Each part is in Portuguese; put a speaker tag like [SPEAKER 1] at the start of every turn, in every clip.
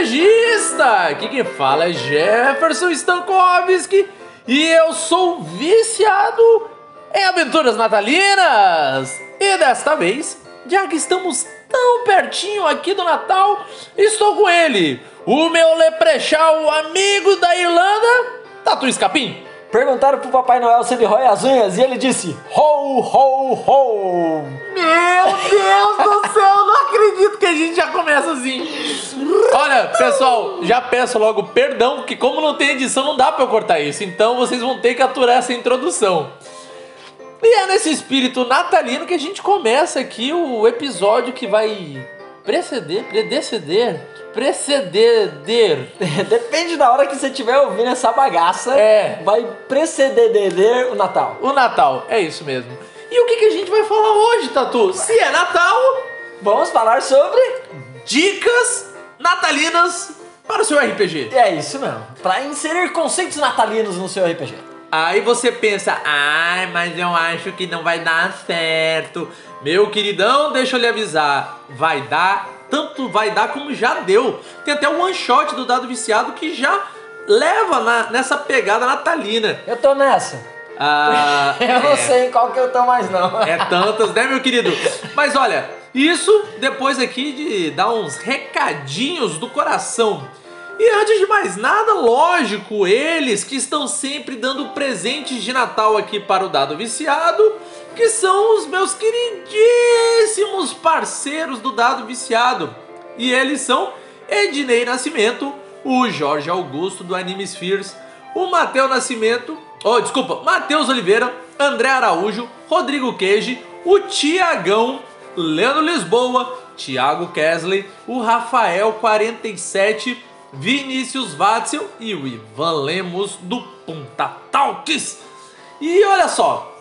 [SPEAKER 1] Estrategista! Aqui quem fala é Jefferson Stankovski e eu sou viciado em aventuras natalinas! E desta vez, já que estamos tão pertinho aqui do Natal, estou com ele, o meu leprechal amigo da Irlanda, Tatu Escapim!
[SPEAKER 2] Perguntaram pro Papai Noel se ele rói as unhas e ele disse: "Oh." Ho, ho, ho!
[SPEAKER 1] Meu Deus do céu, eu não acredito que a gente já começa assim. Olha, pessoal, já peço logo perdão, porque como não tem edição, não dá pra eu cortar isso. Então vocês vão ter que aturar essa introdução. E é nesse espírito natalino que a gente começa aqui o episódio que vai preceder, predeceder, preceder.
[SPEAKER 2] Depende da hora que você estiver ouvindo essa bagaça,
[SPEAKER 1] É.
[SPEAKER 2] vai preceder o Natal.
[SPEAKER 1] O Natal, é isso mesmo. E o que, que a gente vai falar hoje, Tatu? Se é Natal,
[SPEAKER 2] Vamos falar sobre.
[SPEAKER 1] dicas natalinas para o seu RPG.
[SPEAKER 2] É isso mesmo. Pra inserir conceitos natalinos no seu RPG.
[SPEAKER 1] Aí você pensa, ai, mas eu acho que não vai dar certo. Meu queridão, deixa eu lhe avisar, vai dar, tanto vai dar como já deu. Tem até um one shot do Dado Viciado que já leva na- nessa pegada natalina.
[SPEAKER 2] Eu tô nessa.
[SPEAKER 1] Ah,
[SPEAKER 2] Eu não sei em qual que eu tô mais, não.
[SPEAKER 1] É tantas, né, meu querido? Mas olha, isso depois aqui de dar uns recadinhos do coração. E antes de mais nada, lógico, eles que estão sempre dando presentes de Natal aqui para o Dado Viciado, que são os meus queridíssimos parceiros do Dado Viciado. E eles são Ednei Nascimento, o Jorge Augusto do Anime Spheres, o Matheus Nascimento, oh, desculpa, Matheus Oliveira, André Araújo, Rodrigo Queijo, o Tiagão, Leandro Lisboa, Thiago Kesley, o Rafael 47, Vinícius Watzel e o Ivan Lemos do Punta Talks. E olha só,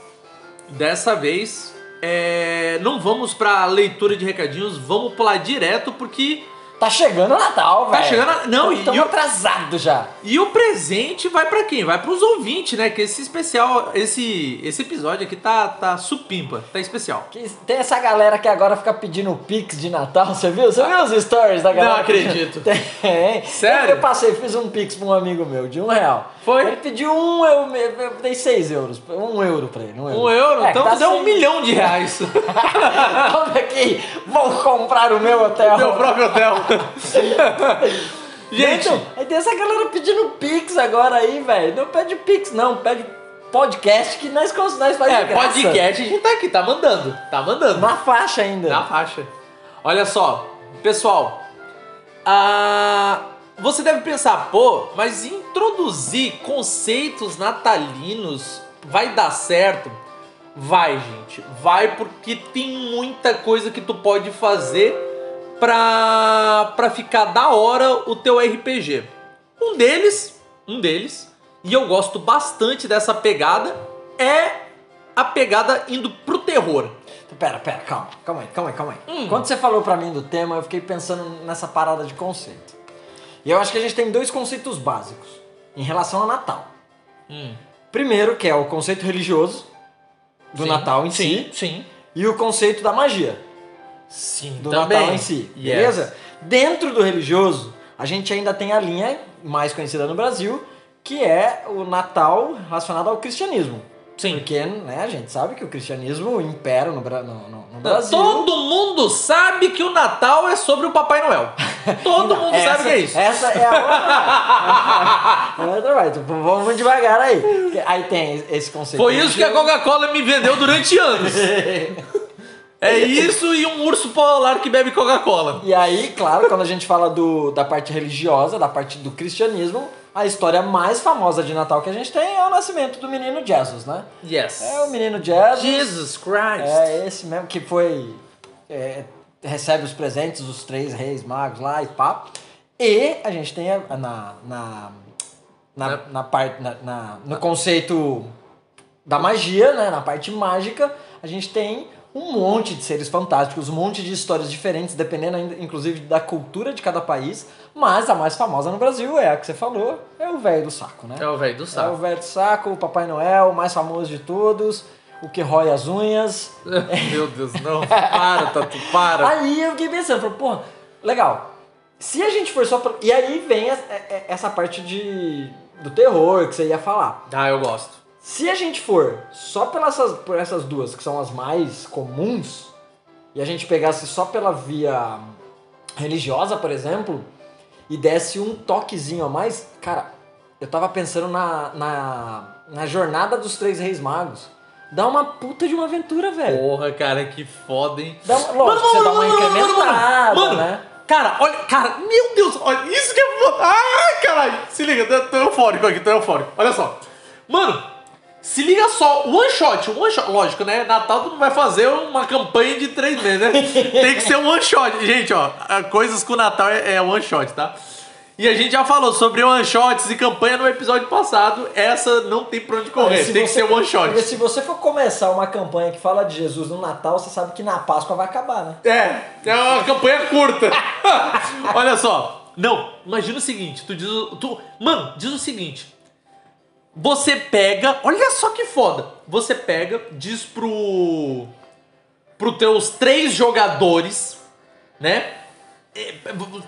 [SPEAKER 1] dessa vez é, não vamos para leitura de recadinhos, vamos pular direto porque
[SPEAKER 2] Tá chegando o Natal,
[SPEAKER 1] Tá
[SPEAKER 2] velho.
[SPEAKER 1] chegando a- não, e-
[SPEAKER 2] e. Tamo
[SPEAKER 1] e o-
[SPEAKER 2] atrasado já.
[SPEAKER 1] e o presente vai pra quem? Vai pros ouvintes, né? Que esse especial, esse, esse episódio aqui tá, tá supimpa, tá especial.
[SPEAKER 2] Que Tem essa galera que agora fica pedindo Pix de Natal, você viu? Você viu os stories da galera?
[SPEAKER 1] Não acredito.
[SPEAKER 2] Tem.
[SPEAKER 1] Sério?
[SPEAKER 2] Eu passei, fiz um Pix pra um amigo meu de um real.
[SPEAKER 1] Foi?
[SPEAKER 2] Ele pediu um, eu, eu dei seis euros. Um euro pra ele, um euro.
[SPEAKER 1] Um euro,
[SPEAKER 2] É,
[SPEAKER 1] então
[SPEAKER 2] que tá
[SPEAKER 1] deu um
[SPEAKER 2] seis.
[SPEAKER 1] milhão de reais.
[SPEAKER 2] Olha aqui, vou comprar o meu hotel.
[SPEAKER 1] Meu próprio hotel. Gente,
[SPEAKER 2] Então, aí tem essa galera pedindo Pix agora aí, velho. Não pede Pix não, pede podcast que nós, cons- nós fazemos
[SPEAKER 1] é,
[SPEAKER 2] de graça.
[SPEAKER 1] podcast a gente tá aqui, tá mandando, tá mandando.
[SPEAKER 2] Na faixa ainda.
[SPEAKER 1] Na faixa. Olha só, pessoal. ah, você deve pensar, pô, mas introduzir conceitos natalinos vai dar certo? Vai, gente. Vai porque tem muita coisa que tu pode fazer pra, pra ficar da hora o teu RPG. Um deles, um deles, e eu gosto bastante dessa pegada, é a pegada indo pro terror.
[SPEAKER 2] Pera, pera, calma, calma aí, calma aí, calma aí.
[SPEAKER 1] Hum.
[SPEAKER 2] Quando você falou pra mim do tema, eu fiquei pensando nessa parada de conceito. E eu acho que a gente tem dois conceitos básicos em relação ao Natal. Primeiro, que é o conceito religioso do
[SPEAKER 1] Sim,
[SPEAKER 2] Natal em
[SPEAKER 1] sim,
[SPEAKER 2] si,
[SPEAKER 1] Sim.
[SPEAKER 2] e o conceito da magia
[SPEAKER 1] Sim,
[SPEAKER 2] do
[SPEAKER 1] também.
[SPEAKER 2] Natal em si,
[SPEAKER 1] Yes.
[SPEAKER 2] beleza? Dentro do religioso, a gente ainda tem a linha mais conhecida no Brasil, que é o Natal relacionado ao cristianismo.
[SPEAKER 1] Sim.
[SPEAKER 2] Porque né, a gente sabe que o cristianismo impera no, Bra- no- no- no Brasil.
[SPEAKER 1] Todo mundo sabe que o Natal é sobre o Papai Noel. Todo mundo
[SPEAKER 2] Essa-
[SPEAKER 1] sabe que é isso.
[SPEAKER 2] Essa é a outra. É outra vibe. Então, Vamos devagar aí. Porque Aí tem esse conceito.
[SPEAKER 1] Foi isso que a Coca-Cola me vendeu durante anos. É isso e um urso polar que bebe Coca-Cola.
[SPEAKER 2] E aí, claro, quando a gente fala do, da parte religiosa, da parte do cristianismo, a história mais famosa de Natal que a gente tem é o nascimento do menino Jesus, né?
[SPEAKER 1] Yes.
[SPEAKER 2] É o menino Jesus.
[SPEAKER 1] Jesus Christ.
[SPEAKER 2] É esse mesmo que foi. é, recebe os presentes dos três reis magos lá e pá. E a gente tem a- na. na. na,
[SPEAKER 1] Na-
[SPEAKER 2] na parte. na- na- no conceito da magia, né? Na parte mágica, a gente tem um monte de seres fantásticos, um monte de histórias diferentes, dependendo ainda, inclusive da cultura de cada país. Mas a mais famosa no Brasil é a que você falou, é o velho do saco, né?
[SPEAKER 1] É, o velho do
[SPEAKER 2] É o
[SPEAKER 1] saco.
[SPEAKER 2] velho do saco, o Papai Noel, o mais famoso de todos, o que rói as unhas.
[SPEAKER 1] Meu Deus, não. Para, Tatu, para.
[SPEAKER 2] Aí eu fiquei pensando, falei, porra, legal. Se a gente for só pra... E aí vem es- é- é- essa parte de... do terror que você ia falar.
[SPEAKER 1] Ah, eu gosto.
[SPEAKER 2] Se a gente for só pelas essas- por essas duas, que são as mais comuns, e a gente pegasse só pela via religiosa, por exemplo, e desse um toquezinho a mais, cara, eu tava pensando na, na, na jornada dos três reis magos. Dá uma puta de uma aventura, velho.
[SPEAKER 1] Porra, cara, que foda, hein?
[SPEAKER 2] Dá uma, lógico,
[SPEAKER 1] Mano,
[SPEAKER 2] você dá
[SPEAKER 1] mano,
[SPEAKER 2] uma
[SPEAKER 1] mano, mano, mano,
[SPEAKER 2] incrementada,
[SPEAKER 1] mano.
[SPEAKER 2] né?
[SPEAKER 1] Cara, olha, cara, meu Deus, olha, isso que é foda. Ah, caralho, se liga, tô, tô eufórico aqui, tô eufórico. Olha só. Mano, se liga só, one shot, one shot, lógico, né? Natal tu não vai fazer uma campanha de três meses, né? Tem que ser um one shot. Gente, ó, a- coisas com o Natal é, é one shot, tá? E a gente já falou sobre one shots e campanha no episódio passado. Essa não tem pra onde correr,
[SPEAKER 2] Se
[SPEAKER 1] tem que
[SPEAKER 2] você-
[SPEAKER 1] ser one shot.
[SPEAKER 2] Porque se você for começar uma campanha que fala de Jesus no Natal, você sabe que na Páscoa vai acabar, né?
[SPEAKER 1] É, é uma campanha curta. Olha só. Não, imagina o seguinte, tu diz. o- Tu, mano, diz o seguinte. Você pega. Olha só que foda! Você pega, diz pro. pro teus três jogadores, né? É,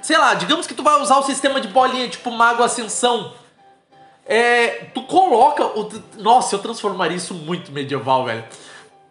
[SPEAKER 1] Sei lá, digamos que tu vai usar o sistema de bolinha tipo Mago Ascensão. É, tu coloca. o- Nossa, eu transformaria isso muito medieval, velho.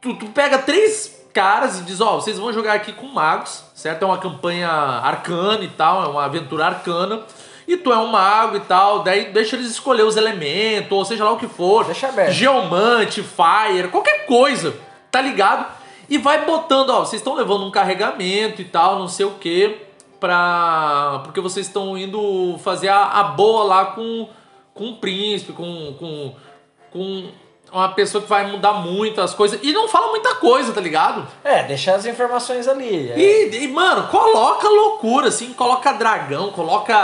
[SPEAKER 1] Tu, tu pega três caras e diz: Ó, vocês vão jogar aqui com magos, certo? É uma campanha arcana e tal, é uma aventura arcana. E tu é um mago e tal, daí deixa eles escolher os elementos, ou seja lá o que for.
[SPEAKER 2] Deixa aberto.
[SPEAKER 1] Geomante, Fire, qualquer coisa, tá ligado? E vai botando, ó, vocês estão levando um carregamento e tal, não sei o que, pra. Porque vocês estão indo fazer a, a boa lá com, com o príncipe, com, com, com uma pessoa que vai mudar muito as coisas. E não fala muita coisa, tá ligado?
[SPEAKER 2] É, deixar as informações ali. é.
[SPEAKER 1] E, e, mano, coloca loucura, assim, coloca dragão, coloca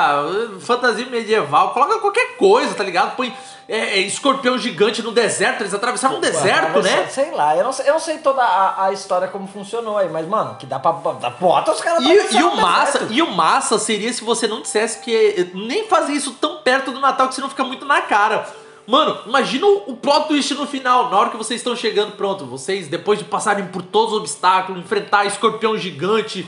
[SPEAKER 1] eh, fantasia medieval, coloca qualquer coisa, tá ligado? Põe eh, eh, escorpião gigante no deserto, eles atravessaram um deserto,
[SPEAKER 2] Mano,
[SPEAKER 1] né?
[SPEAKER 2] Sei, sei lá, eu não sei, eu não sei toda a, a história como funcionou aí, mas, mano, que dá pra. Dá, bota os caras pra
[SPEAKER 1] E,
[SPEAKER 2] dançar
[SPEAKER 1] e o
[SPEAKER 2] no
[SPEAKER 1] massa,
[SPEAKER 2] um deserto.
[SPEAKER 1] e o massa seria se você não dissesse que eh, nem fazer isso tão perto do Natal que você não fica muito na cara. Mano, imagina o o plot twist no final, na hora que vocês estão chegando, pronto, vocês depois de passarem por todos os obstáculos, enfrentar escorpião gigante,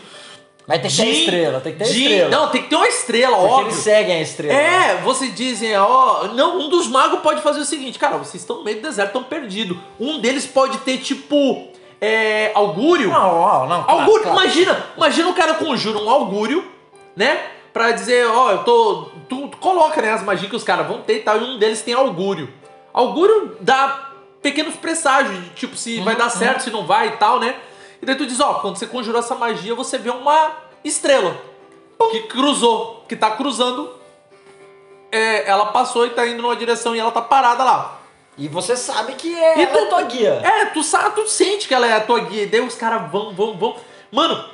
[SPEAKER 2] Mas tem que ter
[SPEAKER 1] Jin-
[SPEAKER 2] estrela, tem que ter
[SPEAKER 1] Jin-
[SPEAKER 2] estrela.
[SPEAKER 1] Não, tem que ter uma estrela,
[SPEAKER 2] porque
[SPEAKER 1] óbvio.
[SPEAKER 2] eles seguem a estrela. né?
[SPEAKER 1] É, vocês dizem, ó, não, um dos magos pode fazer o seguinte, cara, vocês estão no meio do deserto, estão perdidos. Um deles pode ter tipo é, augúrio.
[SPEAKER 2] Não, não, não. claro,
[SPEAKER 1] Augúrio,
[SPEAKER 2] claro.
[SPEAKER 1] imagina, imagina o cara conjura um augúrio, né? Pra dizer, ó, eu tô. Tu, tu coloca, né, as magias que os caras vão ter e tal, e um deles tem augúrio. Augúrio dá pequenos presságios, de, tipo, se vai
[SPEAKER 2] Uhum.
[SPEAKER 1] dar certo, se não vai e tal, né? E daí tu diz, ó, quando você conjurou essa magia, você vê uma estrela que cruzou, que tá cruzando. é, ela passou e tá indo numa direção e ela tá parada lá.
[SPEAKER 2] E você sabe que é.
[SPEAKER 1] E
[SPEAKER 2] ela
[SPEAKER 1] tu-
[SPEAKER 2] é tua guia.
[SPEAKER 1] É, tu sabe, tu sente que ela é a tua guia. E daí os caras vão, vão, vão. Mano,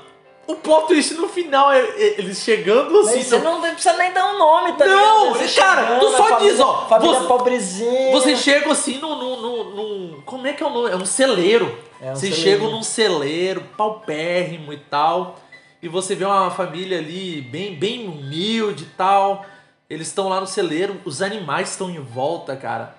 [SPEAKER 1] o plot twist no final é, é eles chegando
[SPEAKER 2] Mas é
[SPEAKER 1] assim.
[SPEAKER 2] você
[SPEAKER 1] não-
[SPEAKER 2] não precisa nem dar um nome, tá
[SPEAKER 1] Não,
[SPEAKER 2] ligado? Você
[SPEAKER 1] cara,
[SPEAKER 2] chegando,
[SPEAKER 1] tu só
[SPEAKER 2] a família-
[SPEAKER 1] diz, ó,
[SPEAKER 2] Família
[SPEAKER 1] você-
[SPEAKER 2] pobrezinha.
[SPEAKER 1] Você chega assim num, num, num- num- Como é que é o nome? É um celeiro.
[SPEAKER 2] É um
[SPEAKER 1] Vocês
[SPEAKER 2] celeirinho.
[SPEAKER 1] chegam num celeiro, paupérrimo e tal. E você vê uma família ali bem, bem humilde e tal. Eles estão lá no celeiro, os animais estão em volta, cara.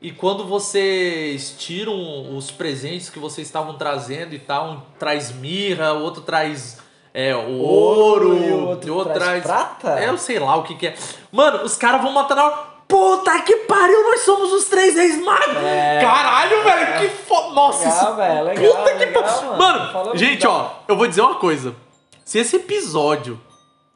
[SPEAKER 1] E quando vocês tiram os presentes que vocês estavam trazendo e tal, um traz mirra, o outro traz é, o ouro,
[SPEAKER 2] e o outro traz prata?
[SPEAKER 1] Eu sei lá o que, que é. Mano, os caras vão matar na hora. Puta que pariu, nós somos os três reis magos!
[SPEAKER 2] É.
[SPEAKER 1] Caralho, velho, que foda! Nossa,
[SPEAKER 2] Legal,
[SPEAKER 1] isso-
[SPEAKER 2] velho, legal,
[SPEAKER 1] puta que
[SPEAKER 2] legal,
[SPEAKER 1] pariu!
[SPEAKER 2] mano.
[SPEAKER 1] Mano,
[SPEAKER 2] Falou
[SPEAKER 1] gente,
[SPEAKER 2] legal.
[SPEAKER 1] ó, eu vou dizer uma coisa. Se esse episódio.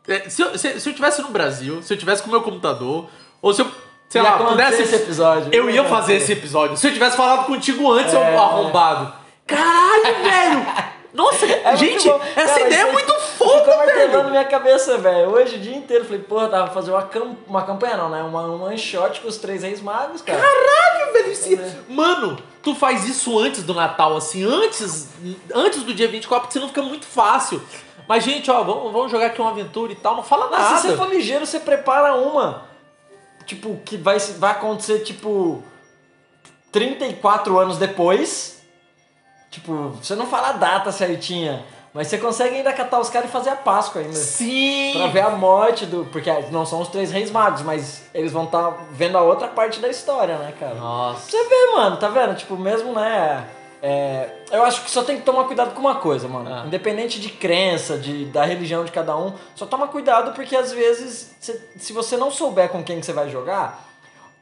[SPEAKER 1] é, Se eu, se, se eu tivesse no Brasil, se eu tivesse com o meu computador, ou se eu, sei
[SPEAKER 2] Ia
[SPEAKER 1] lá,
[SPEAKER 2] acontecer
[SPEAKER 1] pudesse.
[SPEAKER 2] esse episódio.
[SPEAKER 1] Eu ia
[SPEAKER 2] Ia
[SPEAKER 1] fazer
[SPEAKER 2] acontecer.
[SPEAKER 1] esse episódio. Se eu tivesse falado contigo antes, eu
[SPEAKER 2] É.
[SPEAKER 1] arrombado. Caralho, velho! Nossa,
[SPEAKER 2] É muito
[SPEAKER 1] gente,
[SPEAKER 2] bom.
[SPEAKER 1] essa
[SPEAKER 2] Cara,
[SPEAKER 1] ideia
[SPEAKER 2] isso
[SPEAKER 1] é muito
[SPEAKER 2] Ficou
[SPEAKER 1] foda,
[SPEAKER 2] martelando
[SPEAKER 1] velho!
[SPEAKER 2] minha cabeça, velho. Hoje o dia inteiro falei, porra, dava pra fazer uma, cam- uma campanha, não, né? Uma, um one shot com os três reis magos, cara.
[SPEAKER 1] Caralho, velho! isso- Mano, tu faz isso antes do Natal, assim, antes, antes do dia 24, porque senão fica muito fácil. Mas, gente, ó, vamos, vamos jogar aqui uma aventura e tal, não fala
[SPEAKER 2] Mas se você
[SPEAKER 1] nada.
[SPEAKER 2] for ligeiro, você prepara uma. Tipo, que vai, se- vai acontecer, tipo, 34 anos depois. Tipo, você não fala a data certinha. Mas você consegue ainda catar os caras e fazer a Páscoa ainda.
[SPEAKER 1] Sim!
[SPEAKER 2] Pra ver a morte do. Porque não são os três reis magos, mas eles vão tá estar vendo a outra parte da história, né, cara?
[SPEAKER 1] Nossa.
[SPEAKER 2] Você vê, mano, tá vendo? Tipo, mesmo, né? É, eu acho que só tem que tomar cuidado com uma coisa, mano.
[SPEAKER 1] Ah.
[SPEAKER 2] Independente de crença, de, da religião de cada um, só toma cuidado porque às vezes, cê- se você não souber com quem que você vai jogar,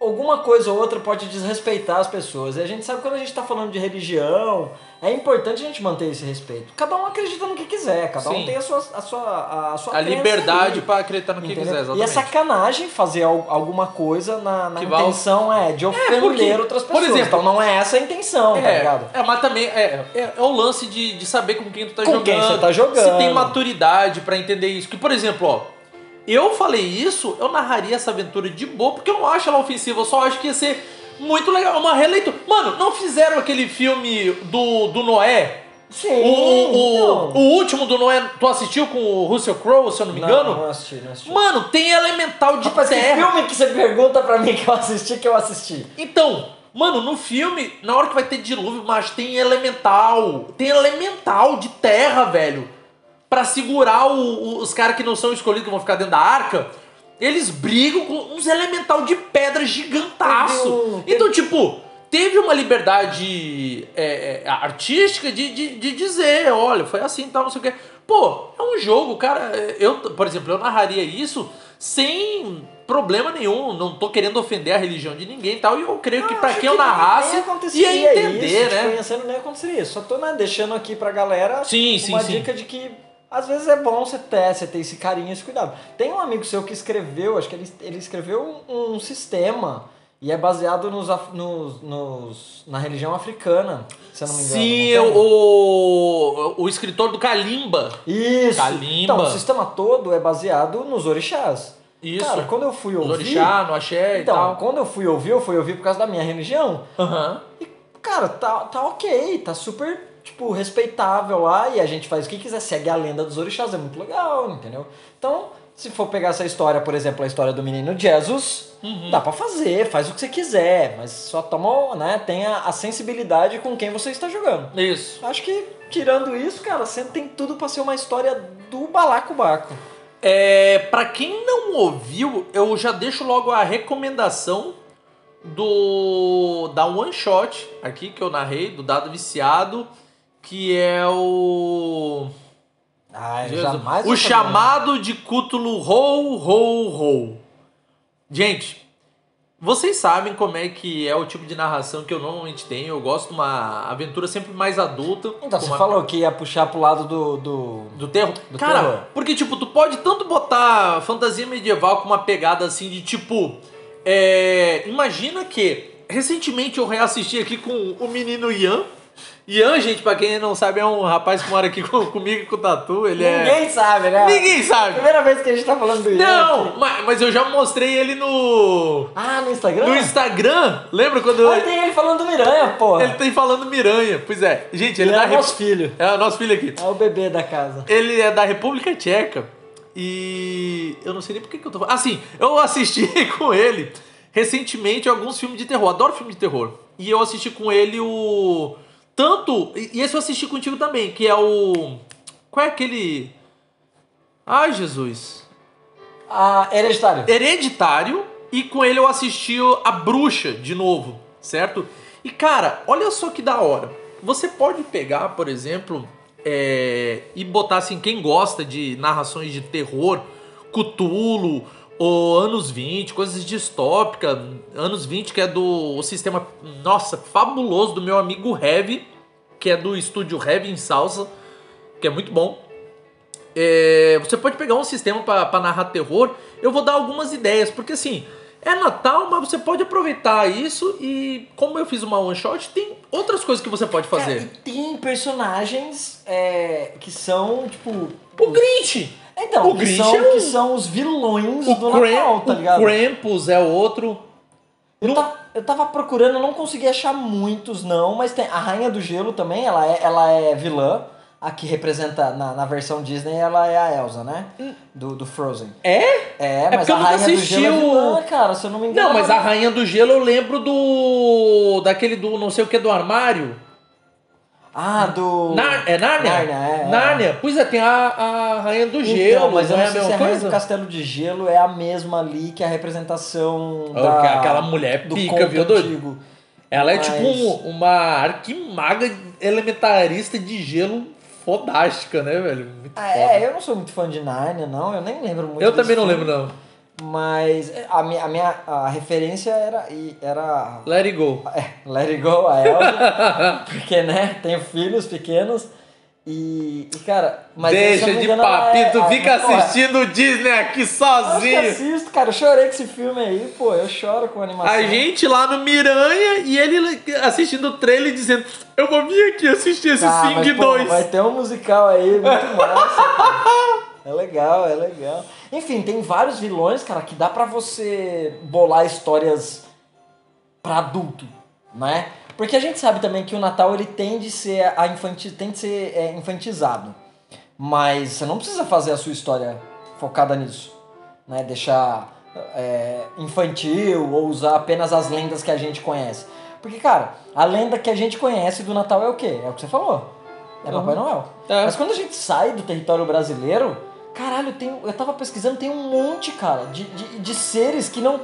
[SPEAKER 2] alguma coisa ou outra pode desrespeitar as pessoas. E a gente sabe que quando a gente tá falando de religião, é importante a gente manter esse respeito. Cada um acredita no que quiser, cada
[SPEAKER 1] Sim.
[SPEAKER 2] um tem a sua, a sua, a, sua
[SPEAKER 1] A
[SPEAKER 2] crença
[SPEAKER 1] liberdade
[SPEAKER 2] ali.
[SPEAKER 1] pra acreditar no que
[SPEAKER 2] Entendeu?
[SPEAKER 1] quiser,
[SPEAKER 2] E é
[SPEAKER 1] exatamente.
[SPEAKER 2] sacanagem fazer al- alguma coisa na, na
[SPEAKER 1] Que vá ao-
[SPEAKER 2] intenção é, de ofender
[SPEAKER 1] porque,
[SPEAKER 2] outras
[SPEAKER 1] por
[SPEAKER 2] pessoas.
[SPEAKER 1] exemplo-
[SPEAKER 2] então não é essa a intenção, tá ligado?
[SPEAKER 1] É, é, mas também é, é, é o lance de, de saber com quem tu tá
[SPEAKER 2] Com
[SPEAKER 1] jogando.
[SPEAKER 2] quem você tá jogando.
[SPEAKER 1] Se tem maturidade pra entender isso. Que, por exemplo, ó, eu falei isso, eu narraria essa aventura de boa, porque eu não acho ela ofensiva, eu só acho que ia ser muito legal. Uma releitura. Mano, não fizeram aquele filme do, do Noé?
[SPEAKER 2] Sim.
[SPEAKER 1] O, o,
[SPEAKER 2] então.
[SPEAKER 1] o último do Noé, tu assistiu com o Russell Crowe, se eu não me
[SPEAKER 2] Não,
[SPEAKER 1] engano?
[SPEAKER 2] não assisti, não assisti.
[SPEAKER 1] Mano, tem elemental de
[SPEAKER 2] Rapaz, que
[SPEAKER 1] terra.
[SPEAKER 2] filme que você pergunta pra mim que eu assisti, que eu assisti?
[SPEAKER 1] Então, mano, no filme, na hora que vai ter dilúvio, mas tem elemental. Tem elemental de terra, velho. Pra segurar o- o- os caras que não são escolhidos, que vão ficar dentro da arca. Eles brigam com uns elemental de pedra
[SPEAKER 2] Teve um-
[SPEAKER 1] gigantaço. Então, tipo, teve uma liberdade é, é, artística de, de, de dizer, olha, foi assim e tal, não sei o quê. Pô, é um jogo, cara. é, Eu, por exemplo, eu narraria isso sem problema nenhum. Não tô querendo ofender a religião de ninguém e tal. E eu creio que pra
[SPEAKER 2] Acho né?
[SPEAKER 1] quem eu
[SPEAKER 2] nem-
[SPEAKER 1] narrasse,
[SPEAKER 2] nem aconteceria
[SPEAKER 1] ia entender,
[SPEAKER 2] isso, Te
[SPEAKER 1] né?
[SPEAKER 2] conhecendo nem aconteceria isso. Só tô né, deixando aqui pra galera
[SPEAKER 1] Sim, sim,
[SPEAKER 2] uma
[SPEAKER 1] sim.
[SPEAKER 2] dica de que às vezes é bom você ter, você ter esse carinho, esse cuidado. Tem um amigo seu que escreveu, acho que ele, ele escreveu um, um sistema e é baseado nos, af- nos, nos- na religião africana, se eu não me engano.
[SPEAKER 1] Sim,
[SPEAKER 2] não tem?
[SPEAKER 1] eu- o, o escritor do Kalimba.
[SPEAKER 2] Isso!
[SPEAKER 1] Kalimba.
[SPEAKER 2] Então, o sistema todo é baseado nos orixás.
[SPEAKER 1] Isso.
[SPEAKER 2] Cara, quando eu fui
[SPEAKER 1] Os
[SPEAKER 2] ouvir.
[SPEAKER 1] orixá, no axé e
[SPEAKER 2] então,
[SPEAKER 1] tal.
[SPEAKER 2] quando eu fui ouvir, eu fui ouvir por causa da minha religião.
[SPEAKER 1] Aham.
[SPEAKER 2] E, cara, tá, tá ok, tá super, tipo, respeitável lá e a gente faz o que quiser, segue a lenda dos orixás, é muito legal, entendeu? Então, se for pegar essa história, por exemplo, a história do menino Jesus,
[SPEAKER 1] Uhum.
[SPEAKER 2] dá pra fazer, faz o que você quiser, mas só toma, né, tenha a sensibilidade com quem você está jogando.
[SPEAKER 1] Isso.
[SPEAKER 2] Acho que, tirando isso, cara, você tem tudo pra ser uma história do balacobaco.
[SPEAKER 1] É, para quem não ouviu, eu já deixo logo a recomendação do da one shot aqui que eu narrei do dado viciado, que é o
[SPEAKER 2] Ah, eu
[SPEAKER 1] Jesus.
[SPEAKER 2] jamais
[SPEAKER 1] o
[SPEAKER 2] vou saber.
[SPEAKER 1] chamado de Cthulhu Rou Rou Rou. Gente, vocês sabem como é que é o tipo de narração que eu normalmente tenho. Eu gosto de uma aventura sempre mais adulta.
[SPEAKER 2] Então,
[SPEAKER 1] com
[SPEAKER 2] você
[SPEAKER 1] uma-
[SPEAKER 2] falou que ia puxar pro lado do... do...
[SPEAKER 1] do terror.
[SPEAKER 2] Do
[SPEAKER 1] Cara,
[SPEAKER 2] terror.
[SPEAKER 1] porque, tipo, tu pode tanto botar fantasia medieval com uma pegada assim de tipo. é, Imagina que recentemente eu reassisti aqui com o menino Ian. Ian, gente, pra quem não sabe, é um rapaz que mora aqui com- comigo e com o Tatu. Ele é.
[SPEAKER 2] Ninguém sabe, né?
[SPEAKER 1] Ninguém sabe!
[SPEAKER 2] Primeira vez que a gente tá falando do Ian aqui.
[SPEAKER 1] Não! Mas, mas eu já mostrei ele no.
[SPEAKER 2] Ah, no Instagram?
[SPEAKER 1] No Instagram. Lembra quando
[SPEAKER 2] Ah, tem ele falando do Miranha, porra.
[SPEAKER 1] ele tá tem falando Miranha? Pois é. Gente, ele é
[SPEAKER 2] Ele
[SPEAKER 1] da.
[SPEAKER 2] é
[SPEAKER 1] Rep-
[SPEAKER 2] nosso filho.
[SPEAKER 1] É o nosso filho aqui.
[SPEAKER 2] É o bebê da casa.
[SPEAKER 1] Ele é da República Tcheca e eu não sei nem por que que eu tô falando. Assim, eu assisti com ele recentemente alguns filmes de terror. Adoro filme de terror. E eu assisti com ele o. Tanto. E e esse eu assisti contigo também, que é o. Qual é aquele. Ai, Jesus.
[SPEAKER 2] Ah, hereditário.
[SPEAKER 1] Hereditário. E com ele eu assisti o A Bruxa de novo, certo? E cara, olha só que da hora. Você pode pegar, por exemplo, é, e botar assim, quem gosta de narrações de terror, Cutulo, ou anos 20, coisas distópicas, anos 20 que é do o sistema, nossa, fabuloso do meu amigo Heavy, que é do estúdio Heavy em Salsa, que é muito bom. É, você pode pegar um sistema pra pra narrar terror. Eu vou dar algumas ideias, porque assim, é Natal, mas você pode aproveitar isso e, como eu fiz uma one shot, tem outras coisas que você pode
[SPEAKER 2] Cara,
[SPEAKER 1] fazer.
[SPEAKER 2] e tem personagens é, que são, tipo...
[SPEAKER 1] O Grinch!
[SPEAKER 2] Então,
[SPEAKER 1] o
[SPEAKER 2] que
[SPEAKER 1] Grinch
[SPEAKER 2] são,
[SPEAKER 1] é um-
[SPEAKER 2] que são os vilões
[SPEAKER 1] O,
[SPEAKER 2] do
[SPEAKER 1] Kram-
[SPEAKER 2] Natal, tá
[SPEAKER 1] o
[SPEAKER 2] ligado?
[SPEAKER 1] Krampus é outro.
[SPEAKER 2] Eu,
[SPEAKER 1] Não-
[SPEAKER 2] ta- eu tava procurando, não consegui achar muitos, não, mas tem a Rainha do Gelo também, ela é, ela é vilã. A que representa, na, na versão Disney, ela é a Elsa, né?
[SPEAKER 1] Hum.
[SPEAKER 2] Do, do Frozen.
[SPEAKER 1] É?
[SPEAKER 2] É,
[SPEAKER 1] É
[SPEAKER 2] mas
[SPEAKER 1] porque
[SPEAKER 2] a
[SPEAKER 1] eu nunca
[SPEAKER 2] Rainha do
[SPEAKER 1] assisti
[SPEAKER 2] Gelo é
[SPEAKER 1] o-
[SPEAKER 2] vilã, cara, se eu não me engano.
[SPEAKER 1] Não, mas a Rainha do Gelo eu lembro do. daquele do não sei o que do armário.
[SPEAKER 2] Ah, do...
[SPEAKER 1] Nar- é Nárnia?
[SPEAKER 2] Nárnia, é, é.
[SPEAKER 1] Nárnia. Pois é, tem a, a Rainha do
[SPEAKER 2] Então,
[SPEAKER 1] Gelo, mas
[SPEAKER 2] mas
[SPEAKER 1] não
[SPEAKER 2] eu não
[SPEAKER 1] é a
[SPEAKER 2] sei se
[SPEAKER 1] mesma
[SPEAKER 2] a Rainha do
[SPEAKER 1] coisa?
[SPEAKER 2] Castelo de Gelo é a mesma ali que a representação
[SPEAKER 1] Ó,
[SPEAKER 2] da...
[SPEAKER 1] aquela mulher
[SPEAKER 2] do
[SPEAKER 1] pica,
[SPEAKER 2] conto
[SPEAKER 1] viu, doido?
[SPEAKER 2] antigo.
[SPEAKER 1] Ela é
[SPEAKER 2] Mas-
[SPEAKER 1] tipo um- uma arquimaga elementarista de gelo fodástica, né, velho? Muito
[SPEAKER 2] Ah,
[SPEAKER 1] foda.
[SPEAKER 2] é, eu não sou muito fã de Narnia, não. Eu nem lembro muito
[SPEAKER 1] eu
[SPEAKER 2] desse
[SPEAKER 1] também não
[SPEAKER 2] filme.
[SPEAKER 1] lembro, não.
[SPEAKER 2] Mas a minha, a minha a referência era, e era
[SPEAKER 1] Let it go.
[SPEAKER 2] é, Let It Go, a Elsa. porque, né, tenho filhos pequenos. E, e, cara... Mas se eu
[SPEAKER 1] Deixa
[SPEAKER 2] não me
[SPEAKER 1] de
[SPEAKER 2] engano, ela é-
[SPEAKER 1] papito,
[SPEAKER 2] ah,
[SPEAKER 1] fica
[SPEAKER 2] mas, pô,
[SPEAKER 1] assistindo o Disney aqui
[SPEAKER 2] Eu que
[SPEAKER 1] sozinho.
[SPEAKER 2] assisto, cara. Eu chorei com esse filme aí, pô. Eu choro com animação.
[SPEAKER 1] A gente lá no Miranha e ele assistindo o trailer dizendo: Eu vou vir aqui assistir esse
[SPEAKER 2] Ah, mas,
[SPEAKER 1] Sing
[SPEAKER 2] pô,
[SPEAKER 1] 2.
[SPEAKER 2] Vai ter um musical aí, muito massa. cara. É legal, é legal. Enfim, tem vários vilões, cara, que dá pra você bolar histórias pra adulto, né? Porque a gente sabe também que o Natal ele tende a ser a infanti, tem de ser é, infantizado. Mas você não precisa fazer a sua história focada nisso, né? Deixar é, infantil ou usar apenas as lendas que a gente conhece. Porque, cara, a lenda que a gente conhece do Natal é o quê? É o que você falou. É Papai Noel.
[SPEAKER 1] É.
[SPEAKER 2] Mas quando a gente sai do território brasileiro, caralho, tem, eu tava pesquisando, tem um monte, cara, de, de, de seres que não.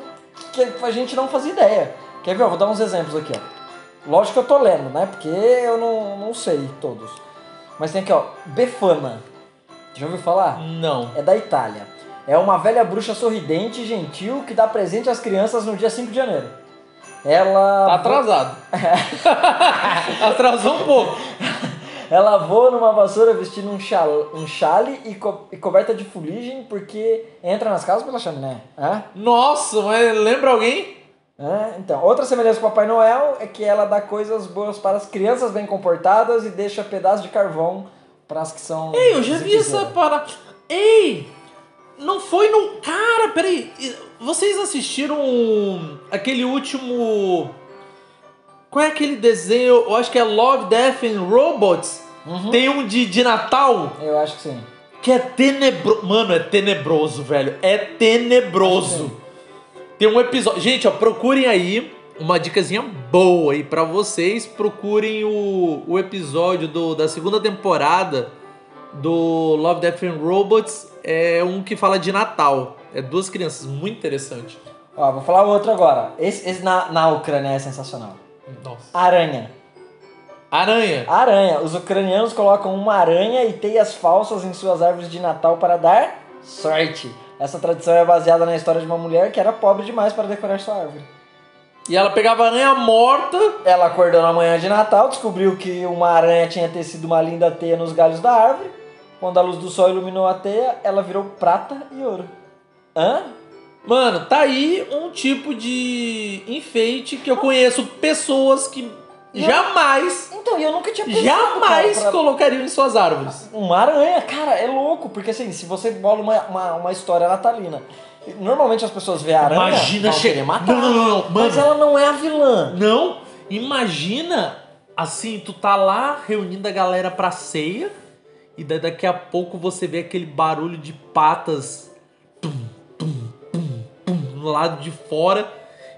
[SPEAKER 2] que a gente não fazia ideia. Quer ver? Eu vou dar uns exemplos aqui, ó. Lógico que eu tô lendo, né? Porque eu não, não sei todos. Mas tem aqui, ó, Befana. Já ouviu falar?
[SPEAKER 1] Não.
[SPEAKER 2] é da Itália. É uma velha bruxa sorridente e gentil que dá presente às crianças no dia 5 de janeiro.
[SPEAKER 1] Tá
[SPEAKER 2] Ela,
[SPEAKER 1] atrasado. Atrasou um pouco.
[SPEAKER 2] ela voa numa vassoura vestindo um, chal- um chale e, co- e coberta de fuligem porque entra nas casas pela né? chaminé. Hã?
[SPEAKER 1] Nossa, mas lembra alguém?
[SPEAKER 2] Hã? Então, outra semelhança com o Papai Noel é que ela dá coisas boas para as crianças bem comportadas e deixa pedaço de carvão para as que são.
[SPEAKER 1] Ei, eu já vi essa
[SPEAKER 2] ziquezeiras.
[SPEAKER 1] parada. Ei! Não foi no. Cara, peraí. Vocês assistiram aquele último. Qual é aquele desenho? Eu acho que é Love, Death and Robots.
[SPEAKER 2] Uhum.
[SPEAKER 1] Tem um de, de Natal
[SPEAKER 2] Eu acho que sim.
[SPEAKER 1] que é tenebroso. Mano, é tenebroso, velho. É tenebroso. Tem um episódio. Gente, ó, procurem aí uma dicasinha boa aí pra vocês. Procurem o, o episódio do, da segunda temporada do Love, Death and Robots. É um que fala de Natal. É duas crianças, muito interessante.
[SPEAKER 2] Ó, vou falar outro agora. Esse, esse na, na Ucrânia é sensacional.
[SPEAKER 1] Nossa.
[SPEAKER 2] Aranha.
[SPEAKER 1] Aranha.
[SPEAKER 2] Aranha. Os ucranianos colocam uma aranha e teias falsas em suas árvores de Natal para dar sorte. Essa tradição é baseada na história de uma mulher que era pobre demais para decorar sua árvore.
[SPEAKER 1] E ela pegava a aranha morta.
[SPEAKER 2] Ela acordou na manhã de Natal, descobriu que uma aranha tinha tecido uma linda teia nos galhos da árvore. Quando a luz do sol iluminou a teia, ela virou prata e ouro. Hã?
[SPEAKER 1] Mano, tá aí um tipo de enfeite que eu conheço pessoas que jamais,
[SPEAKER 2] Então, eu nunca tinha pensado. cara,
[SPEAKER 1] jamais
[SPEAKER 2] pra-
[SPEAKER 1] colocariam em suas árvores.
[SPEAKER 2] Uma aranha, cara, é louco, porque assim, se você bola uma, uma, uma história natalina, normalmente as pessoas veem a aranha.
[SPEAKER 1] Imagina
[SPEAKER 2] vão querer
[SPEAKER 1] chegar.
[SPEAKER 2] matar.
[SPEAKER 1] Não, não, não, não,
[SPEAKER 2] Mas
[SPEAKER 1] mano.
[SPEAKER 2] ela não é a vilã.
[SPEAKER 1] Não, imagina assim, tu tá lá reunindo a galera pra ceia e daí daqui a pouco você vê aquele barulho de patas tum, tum, tum, tum, no lado de fora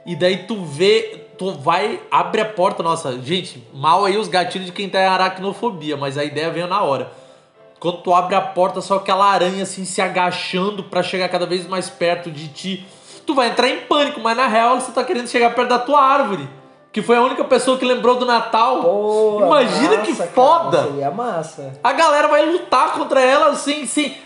[SPEAKER 1] e daí tu vê, tu vai, abre a porta, nossa, gente, mal aí os gatilhos de quem tá em aracnofobia, mas a ideia veio na hora. Quando tu abre a porta, só aquela aranha assim se agachando pra chegar cada vez mais perto de ti. Tu vai entrar em pânico, mas na real você tá querendo chegar perto da tua árvore. Que foi a única pessoa que lembrou do Natal.
[SPEAKER 2] Pô,
[SPEAKER 1] Imagina
[SPEAKER 2] massa,
[SPEAKER 1] que
[SPEAKER 2] cara,
[SPEAKER 1] foda!
[SPEAKER 2] seria massa.
[SPEAKER 1] A galera vai lutar contra ela assim, sem.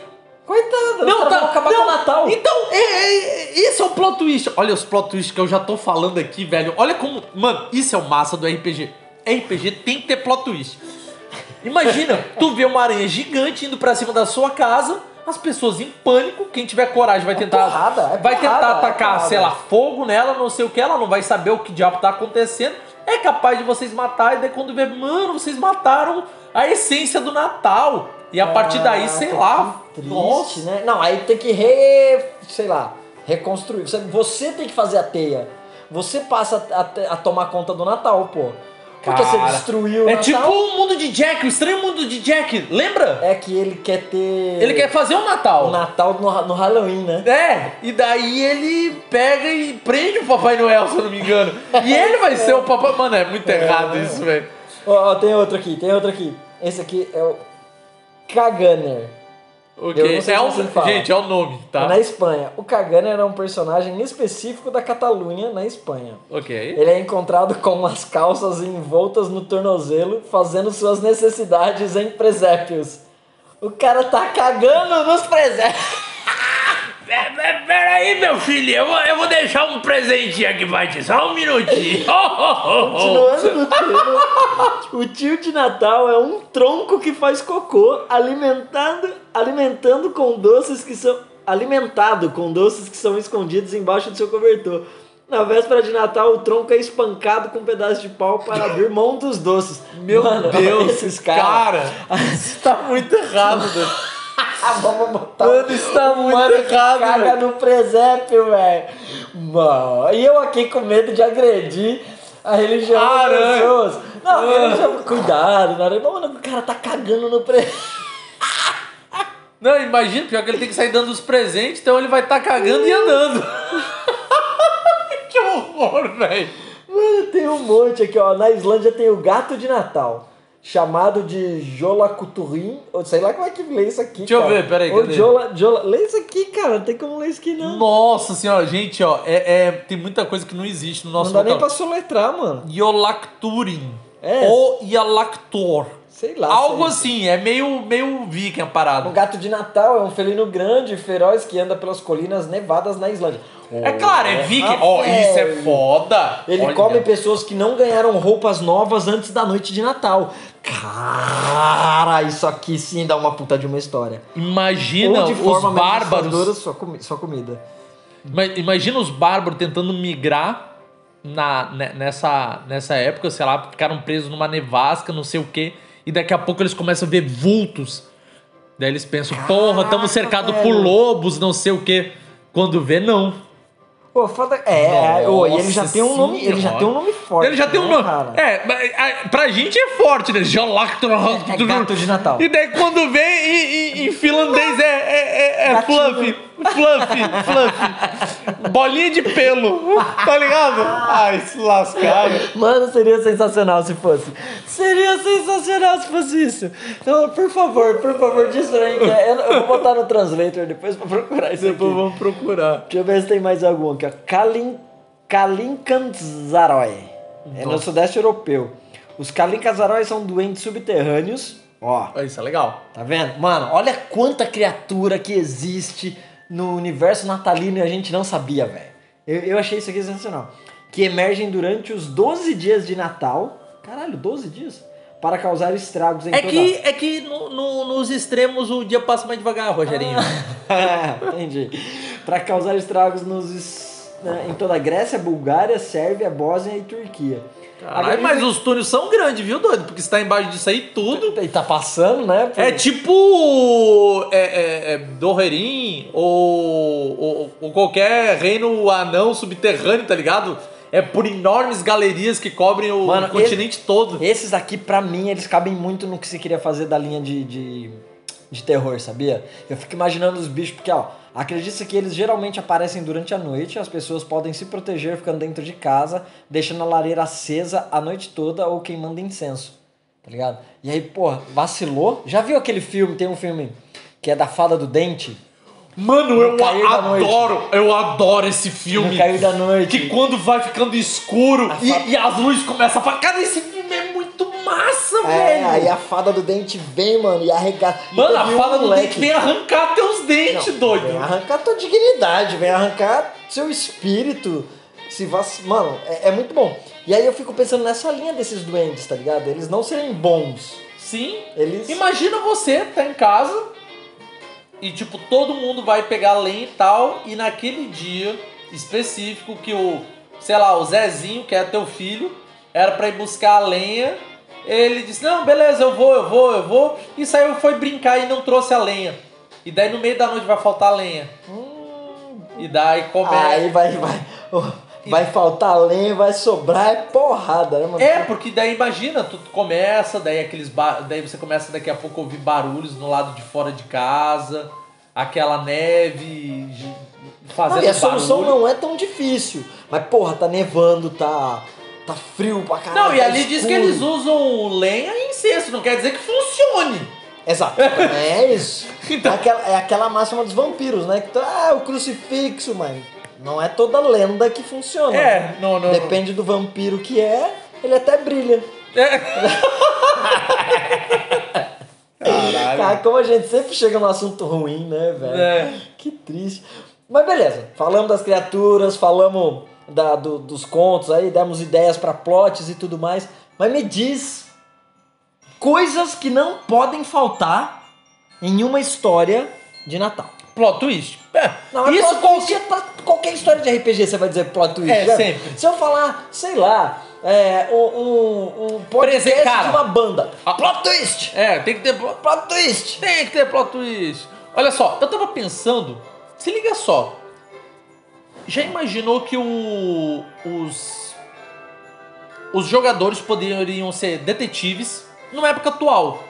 [SPEAKER 2] Coitada,
[SPEAKER 1] Não,
[SPEAKER 2] não,
[SPEAKER 1] tá-
[SPEAKER 2] tá, acabar
[SPEAKER 1] não,
[SPEAKER 2] com o Natal.
[SPEAKER 1] Então, é, é- é- esse é o plot twist. Olha os plot twists que eu já tô falando aqui, velho. Olha como. Mano, isso é o massa do RPG. RPG tem que ter plot twist. Imagina, tu vê uma aranha gigante indo pra cima da sua casa, as pessoas em pânico, quem tiver coragem vai tentar.
[SPEAKER 2] porrada, é
[SPEAKER 1] vai
[SPEAKER 2] porrada,
[SPEAKER 1] tentar
[SPEAKER 2] é
[SPEAKER 1] atacar,
[SPEAKER 2] porrada.
[SPEAKER 1] sei lá, fogo nela, não sei o que, ela não vai saber o que diabo tá acontecendo. É capaz de vocês matar, e daí quando vê, mano, vocês mataram a essência do Natal. E a partir daí, sei
[SPEAKER 2] Caraca,
[SPEAKER 1] lá.
[SPEAKER 2] que Triste,
[SPEAKER 1] nossa.
[SPEAKER 2] né? Não, aí tem que re. sei lá, reconstruir. Você, você tem que fazer a teia. Você passa a, te- a tomar conta do Natal, pô. Porque você
[SPEAKER 1] Cara,
[SPEAKER 2] destruiu o
[SPEAKER 1] É
[SPEAKER 2] Natal.
[SPEAKER 1] tipo o mundo de Jack, o estranho mundo de Jack, lembra?
[SPEAKER 2] É que ele quer ter.
[SPEAKER 1] Ele quer fazer o Natal.
[SPEAKER 2] o Natal no, no Halloween, né?
[SPEAKER 1] É, e daí ele pega e prende o Papai Noel, se eu não me engano. E ele vai ser o Papai. Mano, é muito errado isso, velho.
[SPEAKER 2] Ó, ó, tem outro aqui, tem outro aqui. Esse aqui é o Kaganer.
[SPEAKER 1] Ok.
[SPEAKER 2] Eu não sei
[SPEAKER 1] é
[SPEAKER 2] como
[SPEAKER 1] um-
[SPEAKER 2] se fala.
[SPEAKER 1] Gente, é o nome, tá?
[SPEAKER 2] Na Espanha, o Cagani era um personagem específico da Catalunha, na Espanha.
[SPEAKER 1] Ok.
[SPEAKER 2] Ele é encontrado com as calças envoltas no tornozelo, fazendo suas necessidades em presépios. O cara tá cagando nos presépios.
[SPEAKER 1] Peraí, meu filho, eu vou, eu vou deixar um presentinho aqui pra ti, só um minutinho.
[SPEAKER 2] Continuando no tema, o tio de Natal é um tronco que faz cocô, alimentado, alimentando com doces que são alimentado com doces que são escondidos embaixo do seu cobertor. Na véspera de Natal, o tronco é espancado com um pedaço de pau para abrir mão dos doces.
[SPEAKER 1] Meu
[SPEAKER 2] Mano,
[SPEAKER 1] Deus,
[SPEAKER 2] esses caras.
[SPEAKER 1] isso tá muito errado, velho.
[SPEAKER 2] Ah, vamos botar
[SPEAKER 1] Mano, isso tá muito
[SPEAKER 2] mano que
[SPEAKER 1] errado,
[SPEAKER 2] caga
[SPEAKER 1] velho.
[SPEAKER 2] no presépio, velho. Mano, e eu aqui com medo de agredir a religião
[SPEAKER 1] Caralho.
[SPEAKER 2] das pessoas. Não,
[SPEAKER 1] Ah.
[SPEAKER 2] eu não cuidado, na hora. Mano, o cara tá cagando no presépio.
[SPEAKER 1] Não, imagina, pior que ele tem que sair dando os presentes, então ele vai estar cagando e andando. que horror, velho.
[SPEAKER 2] Mano, tem um monte aqui, ó. Na Islândia tem o gato de Natal. Chamado de Jolakuturin, ou sei lá como é que lê isso aqui.
[SPEAKER 1] Deixa eu
[SPEAKER 2] cara.
[SPEAKER 1] ver, peraí,
[SPEAKER 2] Ou
[SPEAKER 1] cadê?
[SPEAKER 2] Jola, Jola, lê isso aqui, cara, não tem como ler isso aqui não.
[SPEAKER 1] Nossa senhora, gente, ó, é, é- tem muita coisa que não existe no nosso
[SPEAKER 2] não dá nem pra
[SPEAKER 1] local.
[SPEAKER 2] soletrar, mano.
[SPEAKER 1] Iolacturin.
[SPEAKER 2] É.
[SPEAKER 1] Ou Ialactor.
[SPEAKER 2] Sei lá.
[SPEAKER 1] Algo
[SPEAKER 2] sei.
[SPEAKER 1] assim, é meio, meio viking a
[SPEAKER 2] O
[SPEAKER 1] parada.
[SPEAKER 2] gato de Natal é um felino grande e feroz que anda pelas colinas nevadas na Islândia.
[SPEAKER 1] É claro, é viking.
[SPEAKER 2] Rafael.
[SPEAKER 1] Ó, isso é foda.
[SPEAKER 2] Ah, Ele
[SPEAKER 1] Olha.
[SPEAKER 2] come pessoas que não ganharam roupas novas antes da noite de Natal. Cara, isso aqui sim dá uma puta de uma história.
[SPEAKER 1] Imagina
[SPEAKER 2] Ou de
[SPEAKER 1] os
[SPEAKER 2] forma menos
[SPEAKER 1] bárbaros
[SPEAKER 2] assustadora, Sua, comi- sua comida.
[SPEAKER 1] Ima- Imagina os bárbaros tentando migrar na, ne- nessa, nessa época, sei lá, ficaram presos numa nevasca, não sei o quê, e daqui a pouco eles começam a ver vultos. Daí eles pensam, porra, estamos cercados por
[SPEAKER 2] velho.
[SPEAKER 1] lobos, não sei o quê. Quando vê, não.
[SPEAKER 2] Pô, foda. É, é, ô, e ele já
[SPEAKER 1] Nossa
[SPEAKER 2] tem um nome. Ele já
[SPEAKER 1] Senhora.
[SPEAKER 2] tem um nome forte.
[SPEAKER 1] ele já tem
[SPEAKER 2] né,
[SPEAKER 1] um nome.
[SPEAKER 2] cara?
[SPEAKER 1] É, mas, a- pra gente é forte, né? Jolactro.
[SPEAKER 2] É, é gato de Natal.
[SPEAKER 1] E daí quando vem em, em- em finlandês é, é, é, é
[SPEAKER 2] Gatinho.
[SPEAKER 1] fluffy, fluffy, fluffy. Bolinha de pelo, tá ligado? Ai, se lascaram.
[SPEAKER 2] Mano, seria sensacional se fosse. Seria sensacional se fosse isso. Então, por favor, por favor, diz pra mim que é. Eu, eu vou botar no translator depois pra procurar isso aqui.
[SPEAKER 1] vamos procurar.
[SPEAKER 2] Deixa eu ver se tem mais algum aqui, ó. Kalin, Kalinkanzaroy. É no
[SPEAKER 1] Nossa.
[SPEAKER 2] sudeste europeu. Os Kalinkanzaroy são doentes subterrâneos. Ó,
[SPEAKER 1] Isso é legal.
[SPEAKER 2] tá vendo? Mano, olha quanta criatura que existe no universo natalino e a gente não sabia, velho. Eu, eu achei isso aqui sensacional. Que emergem durante os 12 dias de Natal. Caralho, 12 dias? Para causar estragos em
[SPEAKER 1] É
[SPEAKER 2] toda
[SPEAKER 1] que, é que nos extremos o dia passa mais devagar, Rogerinho.
[SPEAKER 2] Entendi. Para causar estragos nos es- né, em toda a Grécia, Bulgária, Sérvia, Bósnia e Turquia. Agora,
[SPEAKER 1] mas os túneis são grandes, viu, doido? Porque se tá embaixo disso aí, tudo...
[SPEAKER 2] E tá passando, né? por-
[SPEAKER 1] É tipo. É, é, é Doherin ou, ou, ou qualquer reino anão subterrâneo, tá ligado? É por enormes galerias que cobrem o
[SPEAKER 2] Mano,
[SPEAKER 1] continente todo.
[SPEAKER 2] Esses aqui, pra mim, eles cabem muito no que você queria fazer da linha de, de, de terror, sabia? Eu fico imaginando os bichos, porque, ó, acredita que eles geralmente aparecem durante a noite, as pessoas podem se proteger ficando dentro de casa, deixando a lareira acesa a noite toda ou queimando incenso, tá ligado? E aí, porra, vacilou. Já viu aquele filme? Tem um filme que é da Fada do Dente?
[SPEAKER 1] Mano, eu
[SPEAKER 2] Cair da Noite.
[SPEAKER 1] adoro, eu adoro esse filme.
[SPEAKER 2] No Cair da Noite.
[SPEAKER 1] Que quando vai ficando escuro e,
[SPEAKER 2] fa-
[SPEAKER 1] e as luzes começam a falar. Cara, esse filme é muito massa,
[SPEAKER 2] É,
[SPEAKER 1] velho.
[SPEAKER 2] aí a Fada do Dente vem, mano, e arregata.
[SPEAKER 1] Mano,
[SPEAKER 2] Eu
[SPEAKER 1] a
[SPEAKER 2] vi um
[SPEAKER 1] fada do
[SPEAKER 2] moleque-
[SPEAKER 1] dente vem arrancar teus dentes,
[SPEAKER 2] Não,
[SPEAKER 1] doido.
[SPEAKER 2] Vem arrancar tua dignidade, vem arrancar seu espírito. Se vac... Mano, é, é muito bom. E aí eu fico pensando nessa linha desses duendes, tá ligado? Eles não serem bons.
[SPEAKER 1] Sim.
[SPEAKER 2] Eles.
[SPEAKER 1] Imagina você tá em casa e tipo todo mundo vai pegar lenha e tal e naquele dia específico que o, sei lá, o Zezinho, que é teu filho, era pra ir buscar a lenha, ele disse: "Não, beleza, eu vou, eu vou, eu vou" e saiu foi brincar e não trouxe a lenha. E daí no meio da noite vai faltar lenha.
[SPEAKER 2] Hum,
[SPEAKER 1] E daí começa
[SPEAKER 2] Aí vai, vai. Vai faltar lenha, vai sobrar, é porrada, né, mano?
[SPEAKER 1] É, porque daí imagina, tu começa, daí aqueles ba- daí você começa daqui a pouco a ouvir barulhos no lado de fora de casa, aquela neve gi-
[SPEAKER 2] Não,
[SPEAKER 1] fazendo
[SPEAKER 2] e a
[SPEAKER 1] barulho.
[SPEAKER 2] solução não é tão difícil. Mas, porra, tá nevando, tá. Tá frio pra caralho.
[SPEAKER 1] Não, e
[SPEAKER 2] tá
[SPEAKER 1] ali diz que
[SPEAKER 2] escuro.
[SPEAKER 1] eles usam lenha e incenso, não quer dizer que funcione.
[SPEAKER 2] Exato. É isso.
[SPEAKER 1] Então-
[SPEAKER 2] É, aquela, é aquela máxima dos vampiros, né? Que, tu- ah, o crucifixo, mano. Não é toda lenda que funciona.
[SPEAKER 1] É, não, não. não.
[SPEAKER 2] Depende do vampiro que é, ele até brilha.
[SPEAKER 1] É. Caralho.
[SPEAKER 2] Cara, como a gente sempre chega num assunto ruim, né, velho?
[SPEAKER 1] É.
[SPEAKER 2] Que triste. Mas beleza, falamos das criaturas, falamos da, do- dos contos aí, demos ideias pra plots e tudo mais. Mas me diz coisas que não podem faltar em uma história de Natal.
[SPEAKER 1] Plot twist. É,
[SPEAKER 2] Não, mas
[SPEAKER 1] Isso
[SPEAKER 2] plot twist é pra qualquer história de RPG você vai dizer plot twist.
[SPEAKER 1] É,
[SPEAKER 2] né?
[SPEAKER 1] sempre.
[SPEAKER 2] Se eu falar, sei lá, é, um, um, um podcast
[SPEAKER 1] Presen- cara.
[SPEAKER 2] de uma banda.
[SPEAKER 1] Ah.
[SPEAKER 2] Plot twist!
[SPEAKER 1] É, tem que ter plot
[SPEAKER 2] Plot twist!
[SPEAKER 1] Tem que ter plot twist. Olha só, eu tava pensando, se liga só. Já imaginou que o- os os jogadores poderiam ser detetives numa época atual?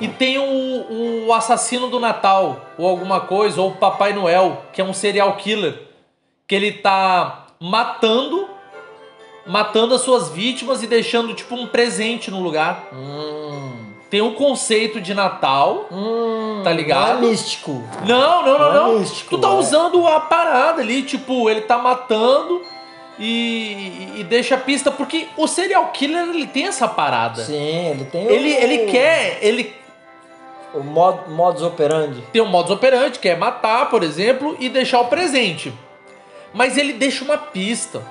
[SPEAKER 1] E tem o, o assassino do Natal, ou alguma coisa, ou o Papai Noel, que é um serial killer, que ele tá matando matando as suas vítimas e deixando tipo um presente no lugar.
[SPEAKER 2] Hum,
[SPEAKER 1] Tem um conceito de Natal,
[SPEAKER 2] hum,
[SPEAKER 1] Tá ligado?
[SPEAKER 2] não é místico.
[SPEAKER 1] Não, não, não,
[SPEAKER 2] Não é
[SPEAKER 1] não.
[SPEAKER 2] místico,
[SPEAKER 1] tu tá
[SPEAKER 2] é.
[SPEAKER 1] usando a parada ali, tipo, ele tá matando e, e- e deixa a pista. Porque o serial killer, ele tem essa parada.
[SPEAKER 2] Sim, ele tem
[SPEAKER 1] Ele,
[SPEAKER 2] o,
[SPEAKER 1] ele quer, ele
[SPEAKER 2] o mod, modus operandi.
[SPEAKER 1] tem um modus operandi, que é matar, por exemplo, e deixar o presente. Mas ele deixa uma pista.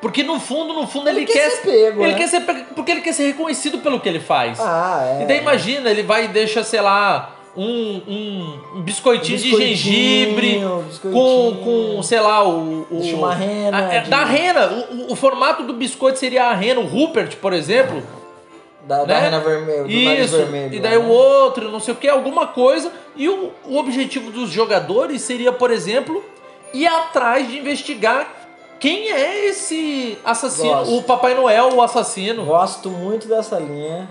[SPEAKER 1] Porque no fundo, no fundo, ele, quer.
[SPEAKER 2] ser pego,
[SPEAKER 1] ele
[SPEAKER 2] né?
[SPEAKER 1] quer ser. Porque ele quer ser reconhecido pelo que ele faz.
[SPEAKER 2] Ah, é.
[SPEAKER 1] E daí imagina, ele vai e deixa, sei lá, um, um- um biscoitinho de gengibre. com, com sei lá, o. o
[SPEAKER 2] Deixa uma rena
[SPEAKER 1] A- é,
[SPEAKER 2] de- um.
[SPEAKER 1] Da rena. O, o- o formato do biscoito seria a rena, o Rupert, por exemplo.
[SPEAKER 2] Da, da
[SPEAKER 1] né?
[SPEAKER 2] rena vermelha, É, do nariz
[SPEAKER 1] Isso.
[SPEAKER 2] vermelho.
[SPEAKER 1] e daí
[SPEAKER 2] né?
[SPEAKER 1] o outro, não sei o que, alguma coisa. E o, o objetivo dos jogadores seria, por exemplo, ir atrás de investigar quem é esse assassino.
[SPEAKER 2] Gosto.
[SPEAKER 1] O Papai Noel, o assassino.
[SPEAKER 2] Gosto muito dessa linha.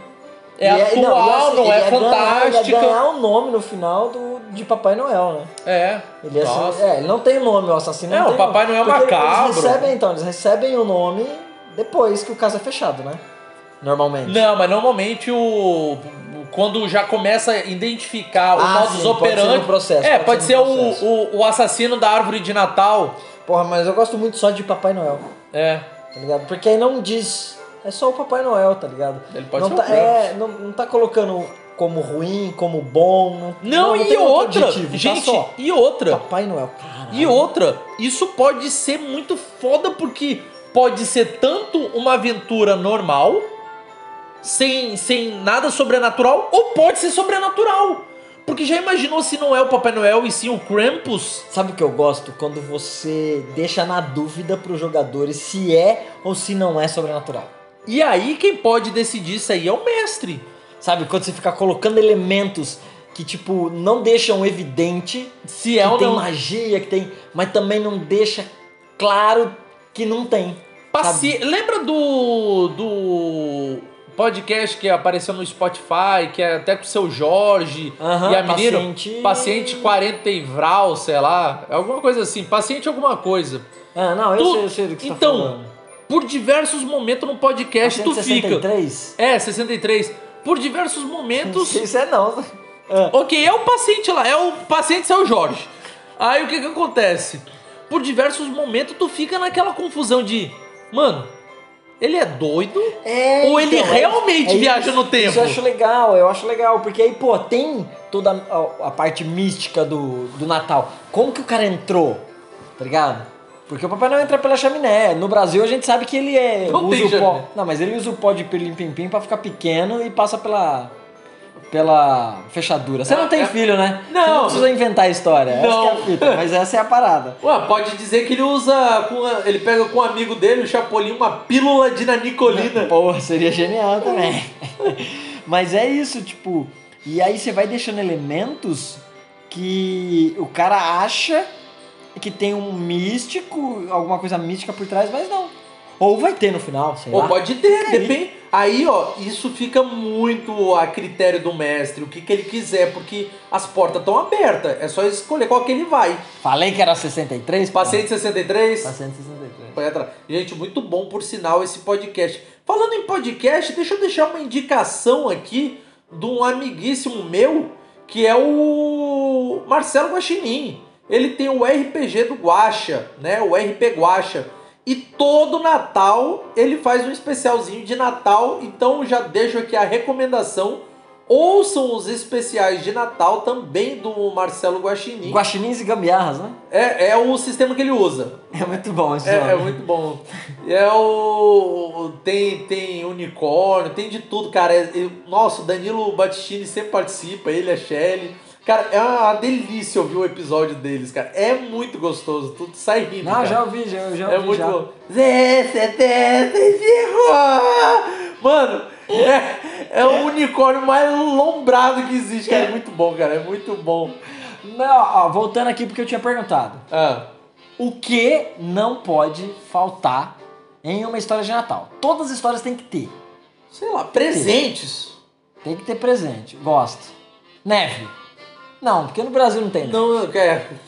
[SPEAKER 1] É
[SPEAKER 2] E e
[SPEAKER 1] atual,
[SPEAKER 2] e
[SPEAKER 1] não é
[SPEAKER 2] ele ia ganhar- ele
[SPEAKER 1] fantástica.
[SPEAKER 2] ia ganhar o nome no final do, de Papai Noel, né?
[SPEAKER 1] É.
[SPEAKER 2] Ele, ia ser-
[SPEAKER 1] Nossa.
[SPEAKER 2] é, ele não tem nome, o assassino
[SPEAKER 1] É,
[SPEAKER 2] não
[SPEAKER 1] o
[SPEAKER 2] tem nome.
[SPEAKER 1] Papai Noel
[SPEAKER 2] Porque
[SPEAKER 1] macabro.
[SPEAKER 2] Eles recebem, então, eles recebem o nome depois que o caso é fechado, né? Normalmente.
[SPEAKER 1] Não, mas normalmente o. Quando já começa a identificar o
[SPEAKER 2] Ah,
[SPEAKER 1] modus
[SPEAKER 2] sim, pode
[SPEAKER 1] operandi.
[SPEAKER 2] ser no processo,
[SPEAKER 1] é,
[SPEAKER 2] pode
[SPEAKER 1] pode ser,
[SPEAKER 2] ser no
[SPEAKER 1] o,
[SPEAKER 2] processo.
[SPEAKER 1] o, o assassino da árvore de Natal.
[SPEAKER 2] Porra, mas eu gosto muito só de Papai Noel,
[SPEAKER 1] É.
[SPEAKER 2] tá ligado? Porque aí não diz. É só o Papai Noel, tá ligado?
[SPEAKER 1] Ele pode
[SPEAKER 2] não
[SPEAKER 1] ser
[SPEAKER 2] tá,
[SPEAKER 1] o Krampus.
[SPEAKER 2] é, não, não tá colocando como ruim, como bom. Não,
[SPEAKER 1] Não, e
[SPEAKER 2] tem outro
[SPEAKER 1] outra.
[SPEAKER 2] adjetivo, tá
[SPEAKER 1] gente,
[SPEAKER 2] só. Tá,
[SPEAKER 1] e outra.
[SPEAKER 2] Papai Noel, cara.
[SPEAKER 1] E outra. Isso pode ser muito foda porque pode ser tanto uma aventura normal, sem, sem nada sobrenatural, ou pode ser sobrenatural. Porque já imaginou se não é o Papai Noel e sim o Krampus?
[SPEAKER 2] Sabe o que eu gosto? Quando você deixa na dúvida pros jogadores se é ou se não é sobrenatural.
[SPEAKER 1] E aí quem pode decidir isso aí é o mestre.
[SPEAKER 2] Sabe? Quando você fica colocando elementos que, tipo, não deixam evidente
[SPEAKER 1] Se
[SPEAKER 2] que
[SPEAKER 1] é ou
[SPEAKER 2] tem
[SPEAKER 1] não.
[SPEAKER 2] magia, que tem. Mas também não deixa claro que não tem.
[SPEAKER 1] Paci- Lembra do, do podcast que apareceu no Spotify, que é até com o seu Jorge
[SPEAKER 2] Aham,
[SPEAKER 1] e a menina?
[SPEAKER 2] paciente-
[SPEAKER 1] Paciente 40 e Vral, sei lá. Alguma coisa assim. Paciente alguma coisa.
[SPEAKER 2] Ah, não, eu
[SPEAKER 1] Tu-
[SPEAKER 2] sei, eu sei do que
[SPEAKER 1] então,
[SPEAKER 2] você tá falando.
[SPEAKER 1] Por diversos momentos no podcast tu fica...
[SPEAKER 2] 163?
[SPEAKER 1] É, 63. Por diversos momentos...
[SPEAKER 2] Isso é não. Ah,
[SPEAKER 1] Ok, é o paciente lá, é o paciente seu Jorge. Aí o que que acontece? Por diversos momentos tu fica naquela confusão de, mano, ele é doido?
[SPEAKER 2] é,
[SPEAKER 1] Ou ele
[SPEAKER 2] então, é-
[SPEAKER 1] realmente
[SPEAKER 2] é isso.
[SPEAKER 1] viaja no tempo?
[SPEAKER 2] Isso eu acho legal, eu acho legal, porque aí, pô, tem toda a, a parte mística do, do Natal. Como que o cara entrou? Tá ligado? Porque o papai não entra pela chaminé. No Brasil a gente sabe que ele é.
[SPEAKER 1] Não
[SPEAKER 2] usa
[SPEAKER 1] tem
[SPEAKER 2] o pó.
[SPEAKER 1] chaminé.
[SPEAKER 2] Não, mas ele usa o pó de pilim pim pim pra ficar pequeno e passa pela. pela fechadura. Você não tem
[SPEAKER 1] É.
[SPEAKER 2] filho, né?
[SPEAKER 1] Não.
[SPEAKER 2] Você não precisa inventar a história.
[SPEAKER 1] Não.
[SPEAKER 2] Essa que é a fita, mas essa é a parada.
[SPEAKER 1] Ué, pode dizer que ele usa, com a- ele pega com um amigo dele, o Chapolin, uma pílula de nanicolina.
[SPEAKER 2] Porra, seria genial também. Mas é isso, tipo. E aí você vai deixando elementos que o cara acha que tem um místico, alguma coisa mística por trás, mas não. Ou vai ter no final, sei
[SPEAKER 1] Ou
[SPEAKER 2] lá.
[SPEAKER 1] pode ter,
[SPEAKER 2] Aí.
[SPEAKER 1] depende. Aí, ó, isso fica muito a critério do mestre, o que, que ele quiser, porque as portas estão abertas, é só escolher qual que ele vai.
[SPEAKER 2] Falei que era 63?
[SPEAKER 1] Paciente 63,
[SPEAKER 2] Pô, Paciente 63.
[SPEAKER 1] Vai atrás. Gente, muito bom por sinal esse podcast. Falando em podcast, deixa eu deixar uma indicação aqui de um amiguíssimo meu, que é o Marcelo Guaxinim. Ele tem o RPG do Guaxa, né? O RP Guaxa. E todo Natal ele faz um especialzinho de Natal, então já deixo aqui a recomendação. Ouçam os especiais de Natal também do Marcelo Guaxinim.
[SPEAKER 2] Guaxinins e gambiarras, né?
[SPEAKER 1] É, é o sistema que ele usa.
[SPEAKER 2] É muito bom esse
[SPEAKER 1] É,
[SPEAKER 2] nome.
[SPEAKER 1] é muito bom. É o. Tem, tem unicórnio, tem de tudo, cara. É- é- Nossa, o Danilo Battistini sempre participa, ele, a Shelly. Cara, é uma delícia ouvir o episódio deles, cara. É muito gostoso, tudo sai rindo.
[SPEAKER 2] Não,
[SPEAKER 1] cara.
[SPEAKER 2] já ouvi, já, já
[SPEAKER 1] É
[SPEAKER 2] ouvi.
[SPEAKER 1] muito
[SPEAKER 2] já.
[SPEAKER 1] bom. Zé, Zé, Zé, Zé, Zé, Mano, é, é o unicórnio mais lombrado que existe, cara. É muito bom, cara. É muito bom.
[SPEAKER 2] Não, ó, voltando aqui porque eu tinha perguntado.
[SPEAKER 1] Ah,
[SPEAKER 2] O que não pode faltar em uma história de Natal? Todas as histórias têm que ter.
[SPEAKER 1] sei lá, presentes.
[SPEAKER 2] Tem que ter presente. Gosto. Neve. Não, porque no Brasil não tem. neve.
[SPEAKER 1] Não, eu quero.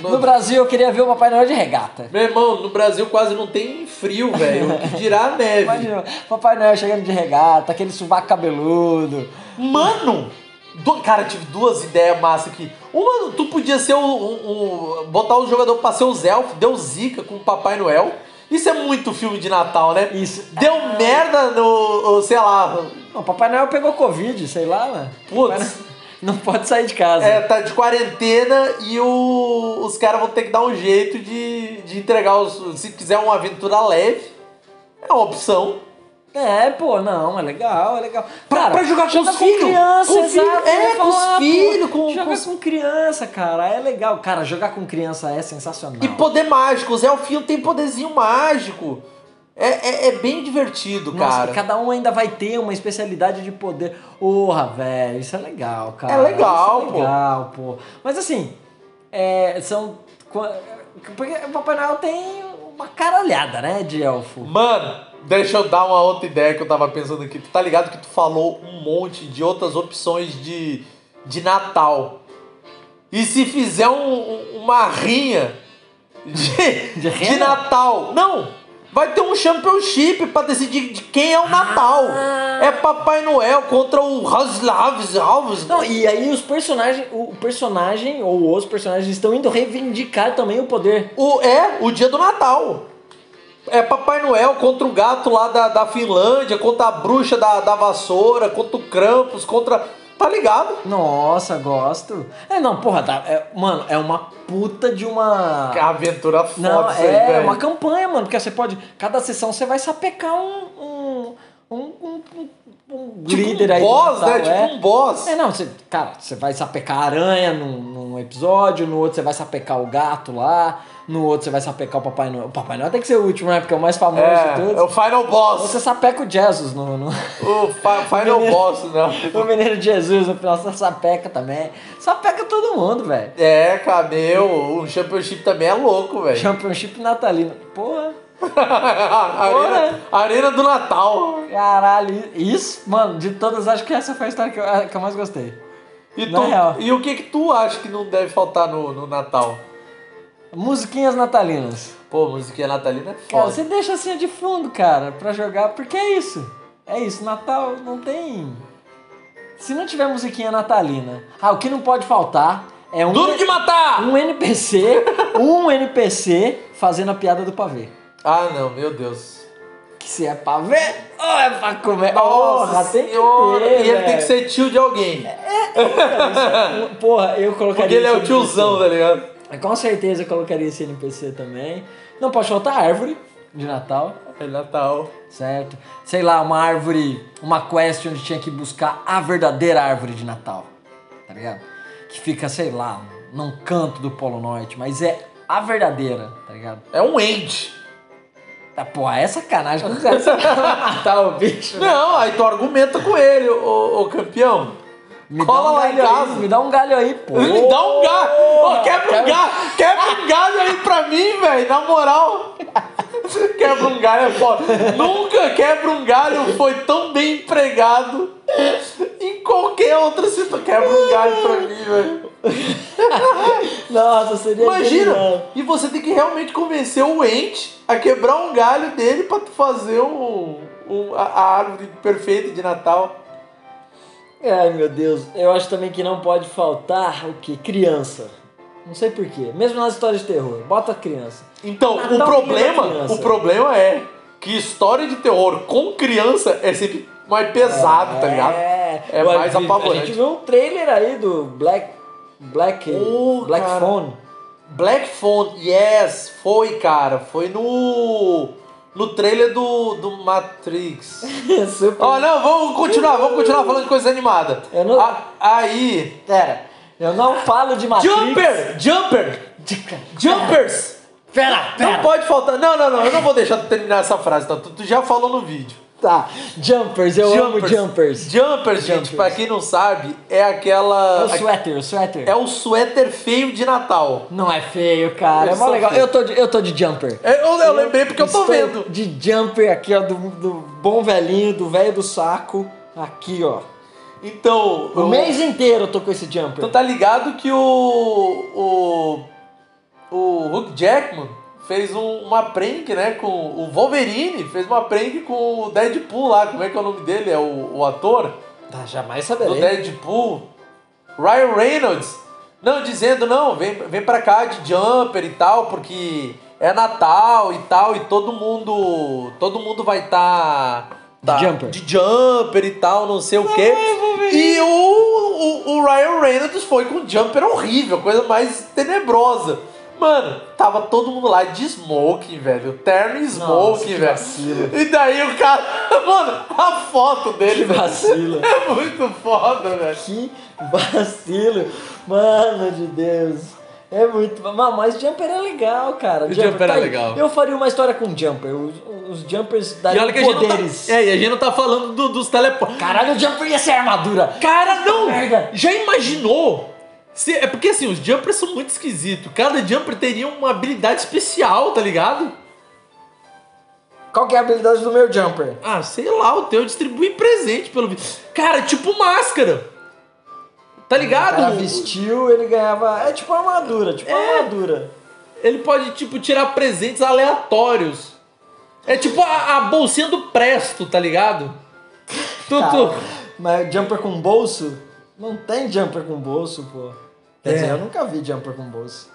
[SPEAKER 2] No Brasil eu queria ver o Papai Noel de regata.
[SPEAKER 1] Meu irmão, no Brasil quase não tem frio, velho. O que dirá a neve?
[SPEAKER 2] Imagina, Papai Noel chegando de regata, aquele sovaco cabeludo.
[SPEAKER 1] Mano! du- Cara, eu tive duas ideias massas aqui. Uma, tu podia ser um, um- um- botar o jogador pra ser os elfos, deu zica com o Papai Noel. Isso é muito filme de Natal, né?
[SPEAKER 2] Isso.
[SPEAKER 1] Deu merda no, no- sei lá.
[SPEAKER 2] Não, Papai Noel pegou Covid, sei lá, né?
[SPEAKER 1] Putz.
[SPEAKER 2] Papai Noel Não pode sair de casa.
[SPEAKER 1] É, tá de quarentena e o- os caras vão ter que dar um jeito de, de entregar os. Se quiser uma aventura leve, é uma opção.
[SPEAKER 2] É, pô, não, é legal, é legal.
[SPEAKER 1] Pra- pra jogar com
[SPEAKER 2] joga
[SPEAKER 1] os filhos,
[SPEAKER 2] criança,
[SPEAKER 1] com os
[SPEAKER 2] exato,
[SPEAKER 1] filhos,
[SPEAKER 2] eu ia
[SPEAKER 1] é, com os
[SPEAKER 2] falar, pô,
[SPEAKER 1] filhos, com-
[SPEAKER 2] Joga
[SPEAKER 1] com
[SPEAKER 2] com,
[SPEAKER 1] os-
[SPEAKER 2] criança, cara, é legal. Cara, jogar com criança é sensacional.
[SPEAKER 1] E poder é mágico, o Zé Elfinho tem poderzinho mágico. É, é, é bem divertido,
[SPEAKER 2] Nossa,
[SPEAKER 1] cara.
[SPEAKER 2] e cada um ainda vai ter uma especialidade de poder. Porra, velho, isso é legal, cara.
[SPEAKER 1] É legal,
[SPEAKER 2] isso
[SPEAKER 1] pô.
[SPEAKER 2] é legal, pô. Mas assim, é, são. qua- Porque o Papai Noel tem uma caralhada, né, de elfo.
[SPEAKER 1] Mano, deixa eu dar uma outra ideia que eu tava pensando aqui. Tu tá ligado que tu falou um monte de outras opções de, de Natal. E se fizer um- um- uma rinha de,
[SPEAKER 2] De
[SPEAKER 1] de,
[SPEAKER 2] renda?
[SPEAKER 1] Natal? Não! Vai ter um championship pra decidir de quem é o Natal.
[SPEAKER 2] Ah.
[SPEAKER 1] É Papai Noel contra o Haslaves Alves.
[SPEAKER 2] Não, e aí os personagens, o personagem ou os personagens estão indo reivindicar também o poder.
[SPEAKER 1] O, é, o dia do Natal. É Papai Noel contra o gato lá da, da Finlândia, contra a bruxa da, da vassoura, contra o Krampus, contra. Tá ligado?
[SPEAKER 2] Nossa, gosto. É, não, porra, tá, é- mano, é uma puta de uma...
[SPEAKER 1] Que aventura foda
[SPEAKER 2] Não,
[SPEAKER 1] isso aí,
[SPEAKER 2] é
[SPEAKER 1] velho.
[SPEAKER 2] uma campanha, mano, porque você pode... Cada sessão você vai sapecar um... um um, um, um, um
[SPEAKER 1] Tipo
[SPEAKER 2] líder
[SPEAKER 1] um
[SPEAKER 2] aí do
[SPEAKER 1] boss,
[SPEAKER 2] Natal,
[SPEAKER 1] né?
[SPEAKER 2] é.
[SPEAKER 1] Tipo um boss.
[SPEAKER 2] É, não, você, cara, você vai sapecar a aranha num, num episódio, no outro você vai sapecar o gato lá, no outro você vai sapecar o Papai Noel. O Papai Noel tem que ser o último, né? Porque é o mais famoso
[SPEAKER 1] É,
[SPEAKER 2] de todos.
[SPEAKER 1] é o Final Boss.
[SPEAKER 2] Você sapeca o Jesus no, no...
[SPEAKER 1] O fa- Final
[SPEAKER 2] Menino.
[SPEAKER 1] Boss, né?
[SPEAKER 2] o Menino de Jesus no final, você sapeca também. Sapeca todo mundo, velho.
[SPEAKER 1] É, cara, meu, o Championship também é louco, velho.
[SPEAKER 2] Championship natalino. Porra,
[SPEAKER 1] Arena, Arena do Natal.
[SPEAKER 2] caralho. Isso, mano, de todas, acho que essa foi a história que eu, a que eu mais gostei.
[SPEAKER 1] E,
[SPEAKER 2] Na
[SPEAKER 1] tu-
[SPEAKER 2] real.
[SPEAKER 1] e o que que tu acha que não deve faltar no, no Natal?
[SPEAKER 2] Musiquinhas natalinas.
[SPEAKER 1] Pô, musiquinha natalina é
[SPEAKER 2] Cara,
[SPEAKER 1] foda.
[SPEAKER 2] você deixa assim de fundo, cara, pra jogar, porque é isso. É isso, Natal não tem. Se não tiver musiquinha natalina. Ah, o que não pode faltar é um.
[SPEAKER 1] Duro de matar!
[SPEAKER 2] Um NPC, um NPC fazendo a piada do pavê.
[SPEAKER 1] Ah, não, meu Deus.
[SPEAKER 2] Que se é pra ver ou é pra comer? Porra, tem que
[SPEAKER 1] senhora,
[SPEAKER 2] ter, né? É,
[SPEAKER 1] E ele tem
[SPEAKER 2] velho.
[SPEAKER 1] que ser tio de alguém.
[SPEAKER 2] Porra, eu colocaria
[SPEAKER 1] Porque ele é
[SPEAKER 2] esse
[SPEAKER 1] o tiozão, tá ligado?
[SPEAKER 2] NPC. Com certeza eu colocaria esse NPC também. Não pode faltar árvore de Natal,
[SPEAKER 1] É Natal.
[SPEAKER 2] certo? Sei lá, uma árvore, uma quest onde tinha que buscar a verdadeira árvore de Natal, tá ligado? Que fica, sei lá, num canto do Polo Norte, mas é a verdadeira, tá ligado?
[SPEAKER 1] É um ente.
[SPEAKER 2] Ah, porra, é sacanagem. Como que você vai matar o Tá, bicho?
[SPEAKER 1] Não, aí tu argumenta com ele, ô, ô campeão.
[SPEAKER 2] Me
[SPEAKER 1] Cola
[SPEAKER 2] dá um
[SPEAKER 1] lá em
[SPEAKER 2] galho aí,
[SPEAKER 1] casa.
[SPEAKER 2] me dá um galho aí, pô.
[SPEAKER 1] Me dá um galho. Ô, quebra um galho. Quebra um galho aí pra mim, velho. Na moral. Quebra um galho é foda. Nunca quebra um galho foi tão bem empregado em qualquer outra situação. Quebra um galho pra mim, velho.
[SPEAKER 2] Nossa, seria
[SPEAKER 1] Imagina!
[SPEAKER 2] genial.
[SPEAKER 1] E você tem que realmente convencer o ente a quebrar um galho um, dele pra tu fazer o, o- a, a árvore perfeita de Natal.
[SPEAKER 2] Ai meu Deus, eu acho também que não pode faltar o que? Criança. Não sei porquê. Mesmo nas histórias de terror, bota criança.
[SPEAKER 1] Então,
[SPEAKER 2] Natal
[SPEAKER 1] o
[SPEAKER 2] Menino
[SPEAKER 1] problema,
[SPEAKER 2] Criança.
[SPEAKER 1] o problema é que história de terror com criança é sempre mais pesado, tá ligado?
[SPEAKER 2] É,
[SPEAKER 1] É
[SPEAKER 2] Ué,
[SPEAKER 1] mais
[SPEAKER 2] vi-
[SPEAKER 1] apavorante.
[SPEAKER 2] A gente viu um trailer aí do Black. Black.
[SPEAKER 1] Ô,
[SPEAKER 2] Black
[SPEAKER 1] cara.
[SPEAKER 2] Phone.
[SPEAKER 1] Black Phone, yes, foi, cara. Foi no no trailer do, do Matrix.
[SPEAKER 2] Super.
[SPEAKER 1] Ó, não, vamos continuar, vamos continuar falando de coisa animada.
[SPEAKER 2] Eu não-
[SPEAKER 1] A- aí,
[SPEAKER 2] Pera, eu não falo de Matrix.
[SPEAKER 1] Jumper, Jumper, Jumpers.
[SPEAKER 2] Pera,
[SPEAKER 1] Não pode faltar. Não, não, não, eu não vou deixar tu terminar essa frase, tá? Tu, tu já falou no vídeo.
[SPEAKER 2] Tá, Jumpers, eu amo Jumpers.
[SPEAKER 1] Jumpers, gente, pra quem não sabe, é
[SPEAKER 2] É
[SPEAKER 1] aquela.
[SPEAKER 2] o sweater, o sweater.
[SPEAKER 1] É o suéter feio de Natal.
[SPEAKER 2] Não é feio, cara.
[SPEAKER 1] Eles
[SPEAKER 2] É mó
[SPEAKER 1] são
[SPEAKER 2] legal.
[SPEAKER 1] feios.
[SPEAKER 2] Eu tô, de, eu tô de jumper.
[SPEAKER 1] É, Eu, eu lembrei porque eu tô
[SPEAKER 2] Estou
[SPEAKER 1] vendo.
[SPEAKER 2] De jumper aqui, ó, do, do bom velhinho, do velho do saco. Aqui, ó.
[SPEAKER 1] Então.
[SPEAKER 2] O mês inteiro eu tô com esse jumper.
[SPEAKER 1] Tu tá ligado que o. O. O Hugh Jackman fez um- uma prank, né? Com. O Wolverine fez uma prank com o Deadpool lá. Como é que é o nome dele? É o, o ator?
[SPEAKER 2] Tá, jamais
[SPEAKER 1] do
[SPEAKER 2] saberei.
[SPEAKER 1] Deadpool, Ryan Reynolds, não dizendo não, vem, vem pra cá de jumper e tal, porque é Natal e tal, e todo mundo. Todo mundo vai tá. tá
[SPEAKER 2] De jumper.
[SPEAKER 1] de jumper e tal, não sei o quê. E o, o, o Ryan Reynolds foi com um jumper horrível, coisa mais tenebrosa. Mano, tava todo mundo lá de smoking, velho. Terno e smoking,
[SPEAKER 2] que
[SPEAKER 1] velho.
[SPEAKER 2] vacilo.
[SPEAKER 1] E daí o cara. Mano, a foto dele.
[SPEAKER 2] Que vacilo.
[SPEAKER 1] É muito foda, velho.
[SPEAKER 2] Que vacilo. Mano de Deus. É muito. Mano, mas jumper é legal, cara. tá
[SPEAKER 1] O jumper é
[SPEAKER 2] aí.
[SPEAKER 1] legal.
[SPEAKER 2] Eu faria uma história com jumper. Os, os jumpers
[SPEAKER 1] E
[SPEAKER 2] dariam
[SPEAKER 1] olha que a gente não
[SPEAKER 2] poderes.
[SPEAKER 1] tá, é, e a gente não tá falando do- dos teleportes.
[SPEAKER 2] Caralho, o jumper ia ser armadura.
[SPEAKER 1] Cara, não!
[SPEAKER 2] merda.
[SPEAKER 1] Já imaginou? Se- é porque assim, os jumpers são muito esquisitos. Cada jumper teria uma habilidade especial, tá ligado?
[SPEAKER 2] Qual que é a habilidade do meu jumper?
[SPEAKER 1] Ah, sei lá, o teu distribui presente pelo vídeo. Cara, tipo máscara. Tá
[SPEAKER 2] O cara
[SPEAKER 1] ligado?
[SPEAKER 2] vestiu, ele ganhava. É tipo armadura, tipo armadura.
[SPEAKER 1] Ele pode, tipo, tirar presentes aleatórios. É tipo a, a bolsinha do Presto, tá ligado? Tu,
[SPEAKER 2] Tá.
[SPEAKER 1] tu-
[SPEAKER 2] Mas jumper com bolso? Não tem jumper com bolso, pô. Quer
[SPEAKER 1] É.
[SPEAKER 2] dizer, eu nunca vi jumper com bolso.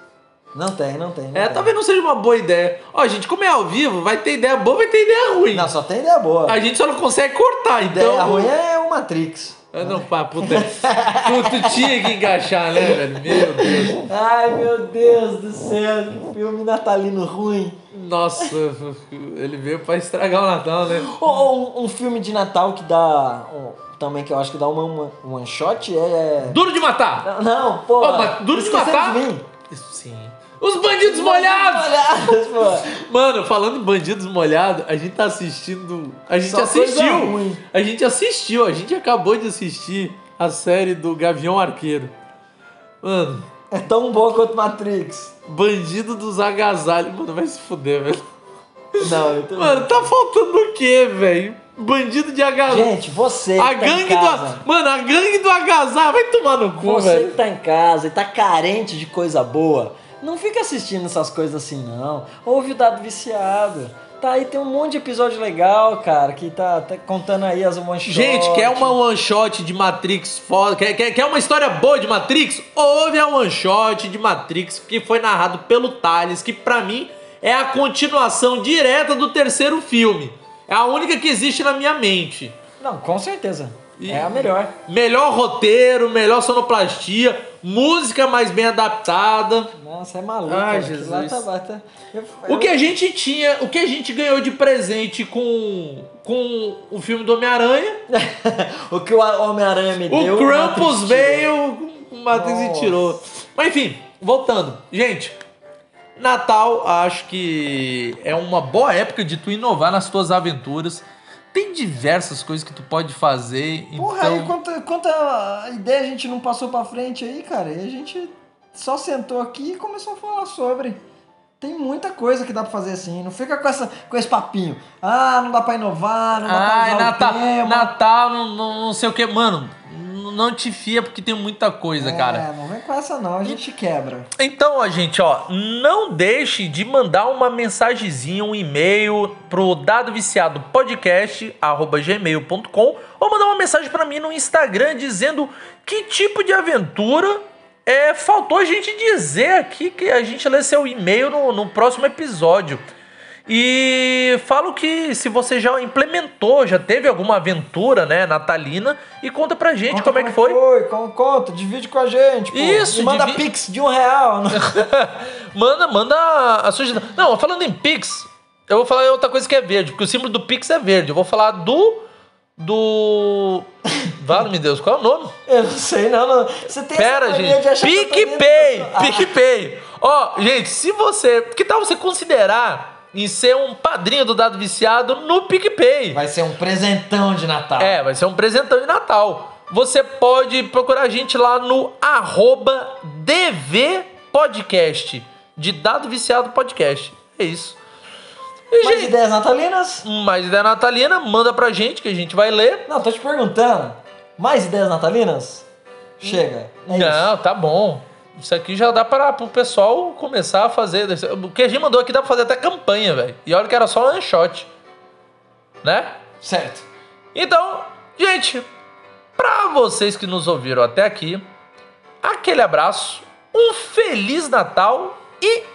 [SPEAKER 2] Não tem, não tem. Não
[SPEAKER 1] É,
[SPEAKER 2] tem.
[SPEAKER 1] talvez não seja uma boa ideia. Ó, gente, como é ao vivo, vai ter ideia boa, vai ter ideia ruim.
[SPEAKER 2] Não, só tem ideia boa.
[SPEAKER 1] A gente só não consegue cortar, então.
[SPEAKER 2] ideia ruim é o Matrix.
[SPEAKER 1] Ah, não, pá, puta. tu, tu tinha que encaixar, né, velho? Meu Deus.
[SPEAKER 2] Ai, meu Deus do céu, que filme natalino ruim.
[SPEAKER 1] Nossa, ele veio pra estragar o Natal, né?
[SPEAKER 2] Ou, ou um, um filme de Natal que dá. ó, também que eu acho que dá uma, uma um one shot é.
[SPEAKER 1] Duro de matar!
[SPEAKER 2] Não, não, pô.
[SPEAKER 1] Ô, mas Duro de
[SPEAKER 2] esquecendo
[SPEAKER 1] Matar?
[SPEAKER 2] mim.
[SPEAKER 1] Isso sim. Os
[SPEAKER 2] É
[SPEAKER 1] bandidos molhados!
[SPEAKER 2] Molhados, pô.
[SPEAKER 1] Mano, falando em bandidos molhados, a gente tá assistindo. A gente
[SPEAKER 2] Só coisa
[SPEAKER 1] assistiu!
[SPEAKER 2] ruim.
[SPEAKER 1] A gente assistiu, a gente acabou de assistir a série do Gavião Arqueiro. Mano,
[SPEAKER 2] É tão boa quanto Matrix.
[SPEAKER 1] bandido dos agasalhos. Mano, vai se fuder, velho.
[SPEAKER 2] Não, eu tô...
[SPEAKER 1] Mano, tá faltando o quê, velho? Bandido de agasalho.
[SPEAKER 2] Gente, você
[SPEAKER 1] A
[SPEAKER 2] que tá em
[SPEAKER 1] gangue
[SPEAKER 2] casa,
[SPEAKER 1] do. Mano, a gangue do agasalho vai tomar no cu,
[SPEAKER 2] Você
[SPEAKER 1] velho.
[SPEAKER 2] que tá em casa e tá carente de coisa boa, não fica assistindo essas coisas assim, não. Ouve o Dado Viciado. Tá aí, tem um monte de episódio legal, cara, que tá, tá contando aí as one shot.
[SPEAKER 1] Gente, quer uma one shot de Matrix foda? Quer, quer, quer uma história boa de Matrix? Houve a one shot de Matrix que foi narrado pelo Thales, que pra mim é a continuação direta do terceiro filme. É a única que existe na minha mente.
[SPEAKER 2] Não, com certeza.
[SPEAKER 1] E-
[SPEAKER 2] É a melhor.
[SPEAKER 1] Melhor roteiro, melhor sonoplastia, música mais bem adaptada.
[SPEAKER 2] Nossa, é maluco.
[SPEAKER 1] Ai,
[SPEAKER 2] velho, que
[SPEAKER 1] Jesus.
[SPEAKER 2] Lá tá, lá tá. Eu-
[SPEAKER 1] O
[SPEAKER 2] eu-
[SPEAKER 1] que a gente tinha, o que a gente ganhou de presente com, com o filme do Homem-Aranha,
[SPEAKER 2] o que o Homem-Aranha me
[SPEAKER 1] o
[SPEAKER 2] deu.
[SPEAKER 1] Krampus
[SPEAKER 2] Matrix
[SPEAKER 1] veio, o Matrix e
[SPEAKER 2] Nossa.
[SPEAKER 1] tirou. Mas enfim, voltando. Gente, Natal acho que é uma boa época de tu inovar nas tuas aventuras. Tem diversas coisas que tu pode fazer.
[SPEAKER 2] Porra,
[SPEAKER 1] então...
[SPEAKER 2] aí quanta, quanta ideia a gente não passou pra frente aí, cara. E a gente só sentou aqui e começou a falar sobre. Tem muita coisa que dá pra fazer assim. Não fica com, essa, com esse papinho. Ah, não dá pra inovar, não dá pra
[SPEAKER 1] Ai,
[SPEAKER 2] usar o
[SPEAKER 1] Natal,
[SPEAKER 2] tema.
[SPEAKER 1] Natal não, não, não sei o que, mano. n- não te fia porque tem muita coisa,
[SPEAKER 3] É,
[SPEAKER 1] cara.
[SPEAKER 3] não vem com essa não, a gente quebra.
[SPEAKER 1] Então, ó, gente, ó, não deixe de mandar uma mensagenzinha, um e-mail pro dadoviciadopodcast@gmail.com ou mandar uma mensagem pra mim no Instagram dizendo que tipo de aventura é, faltou a gente dizer aqui que a gente lê seu e-mail no, no próximo episódio. E falo que se você já implementou, já teve alguma aventura, né, natalina, e conta pra gente como é que foi.
[SPEAKER 3] con- Conta, divide com a gente. pô.
[SPEAKER 1] Isso,
[SPEAKER 3] E manda
[SPEAKER 1] divi-
[SPEAKER 3] pix de um real. né?
[SPEAKER 1] manda, manda a sugestão. Não, falando em Pix, eu vou falar outra coisa que é verde, porque o símbolo do Pix é verde. Eu vou falar do. Do. Vale-me Deus, qual é o nome?
[SPEAKER 3] Eu não sei, não. não. Você tem
[SPEAKER 1] Pera,
[SPEAKER 3] essa mania
[SPEAKER 1] gente.
[SPEAKER 3] de achar que eu tô
[SPEAKER 1] PicPay!
[SPEAKER 3] lendo- Ah,
[SPEAKER 1] PicPay! Ó, gente, se você. Que tal você considerar em ser um padrinho do dado viciado no PicPay?
[SPEAKER 2] Vai ser um presentão de Natal.
[SPEAKER 1] É, vai ser um presentão de Natal. Você pode procurar a gente lá no arroba DV Podcast. De Dado Viciado Podcast. É isso. E,
[SPEAKER 3] Mais
[SPEAKER 1] gente,
[SPEAKER 3] ideias natalinas?
[SPEAKER 1] mais ideia natalina, manda pra gente que a gente vai ler.
[SPEAKER 3] Não, tô te perguntando. Mais ideias natalinas? Chega. É isso.
[SPEAKER 1] Não, tá bom. Isso aqui já dá para pro pessoal começar a fazer. O que a gente mandou aqui dá pra fazer até campanha, velho. E olha que era só um shot. Né?
[SPEAKER 2] Certo.
[SPEAKER 1] Então, gente, pra vocês que nos ouviram até aqui, aquele abraço, um feliz Natal e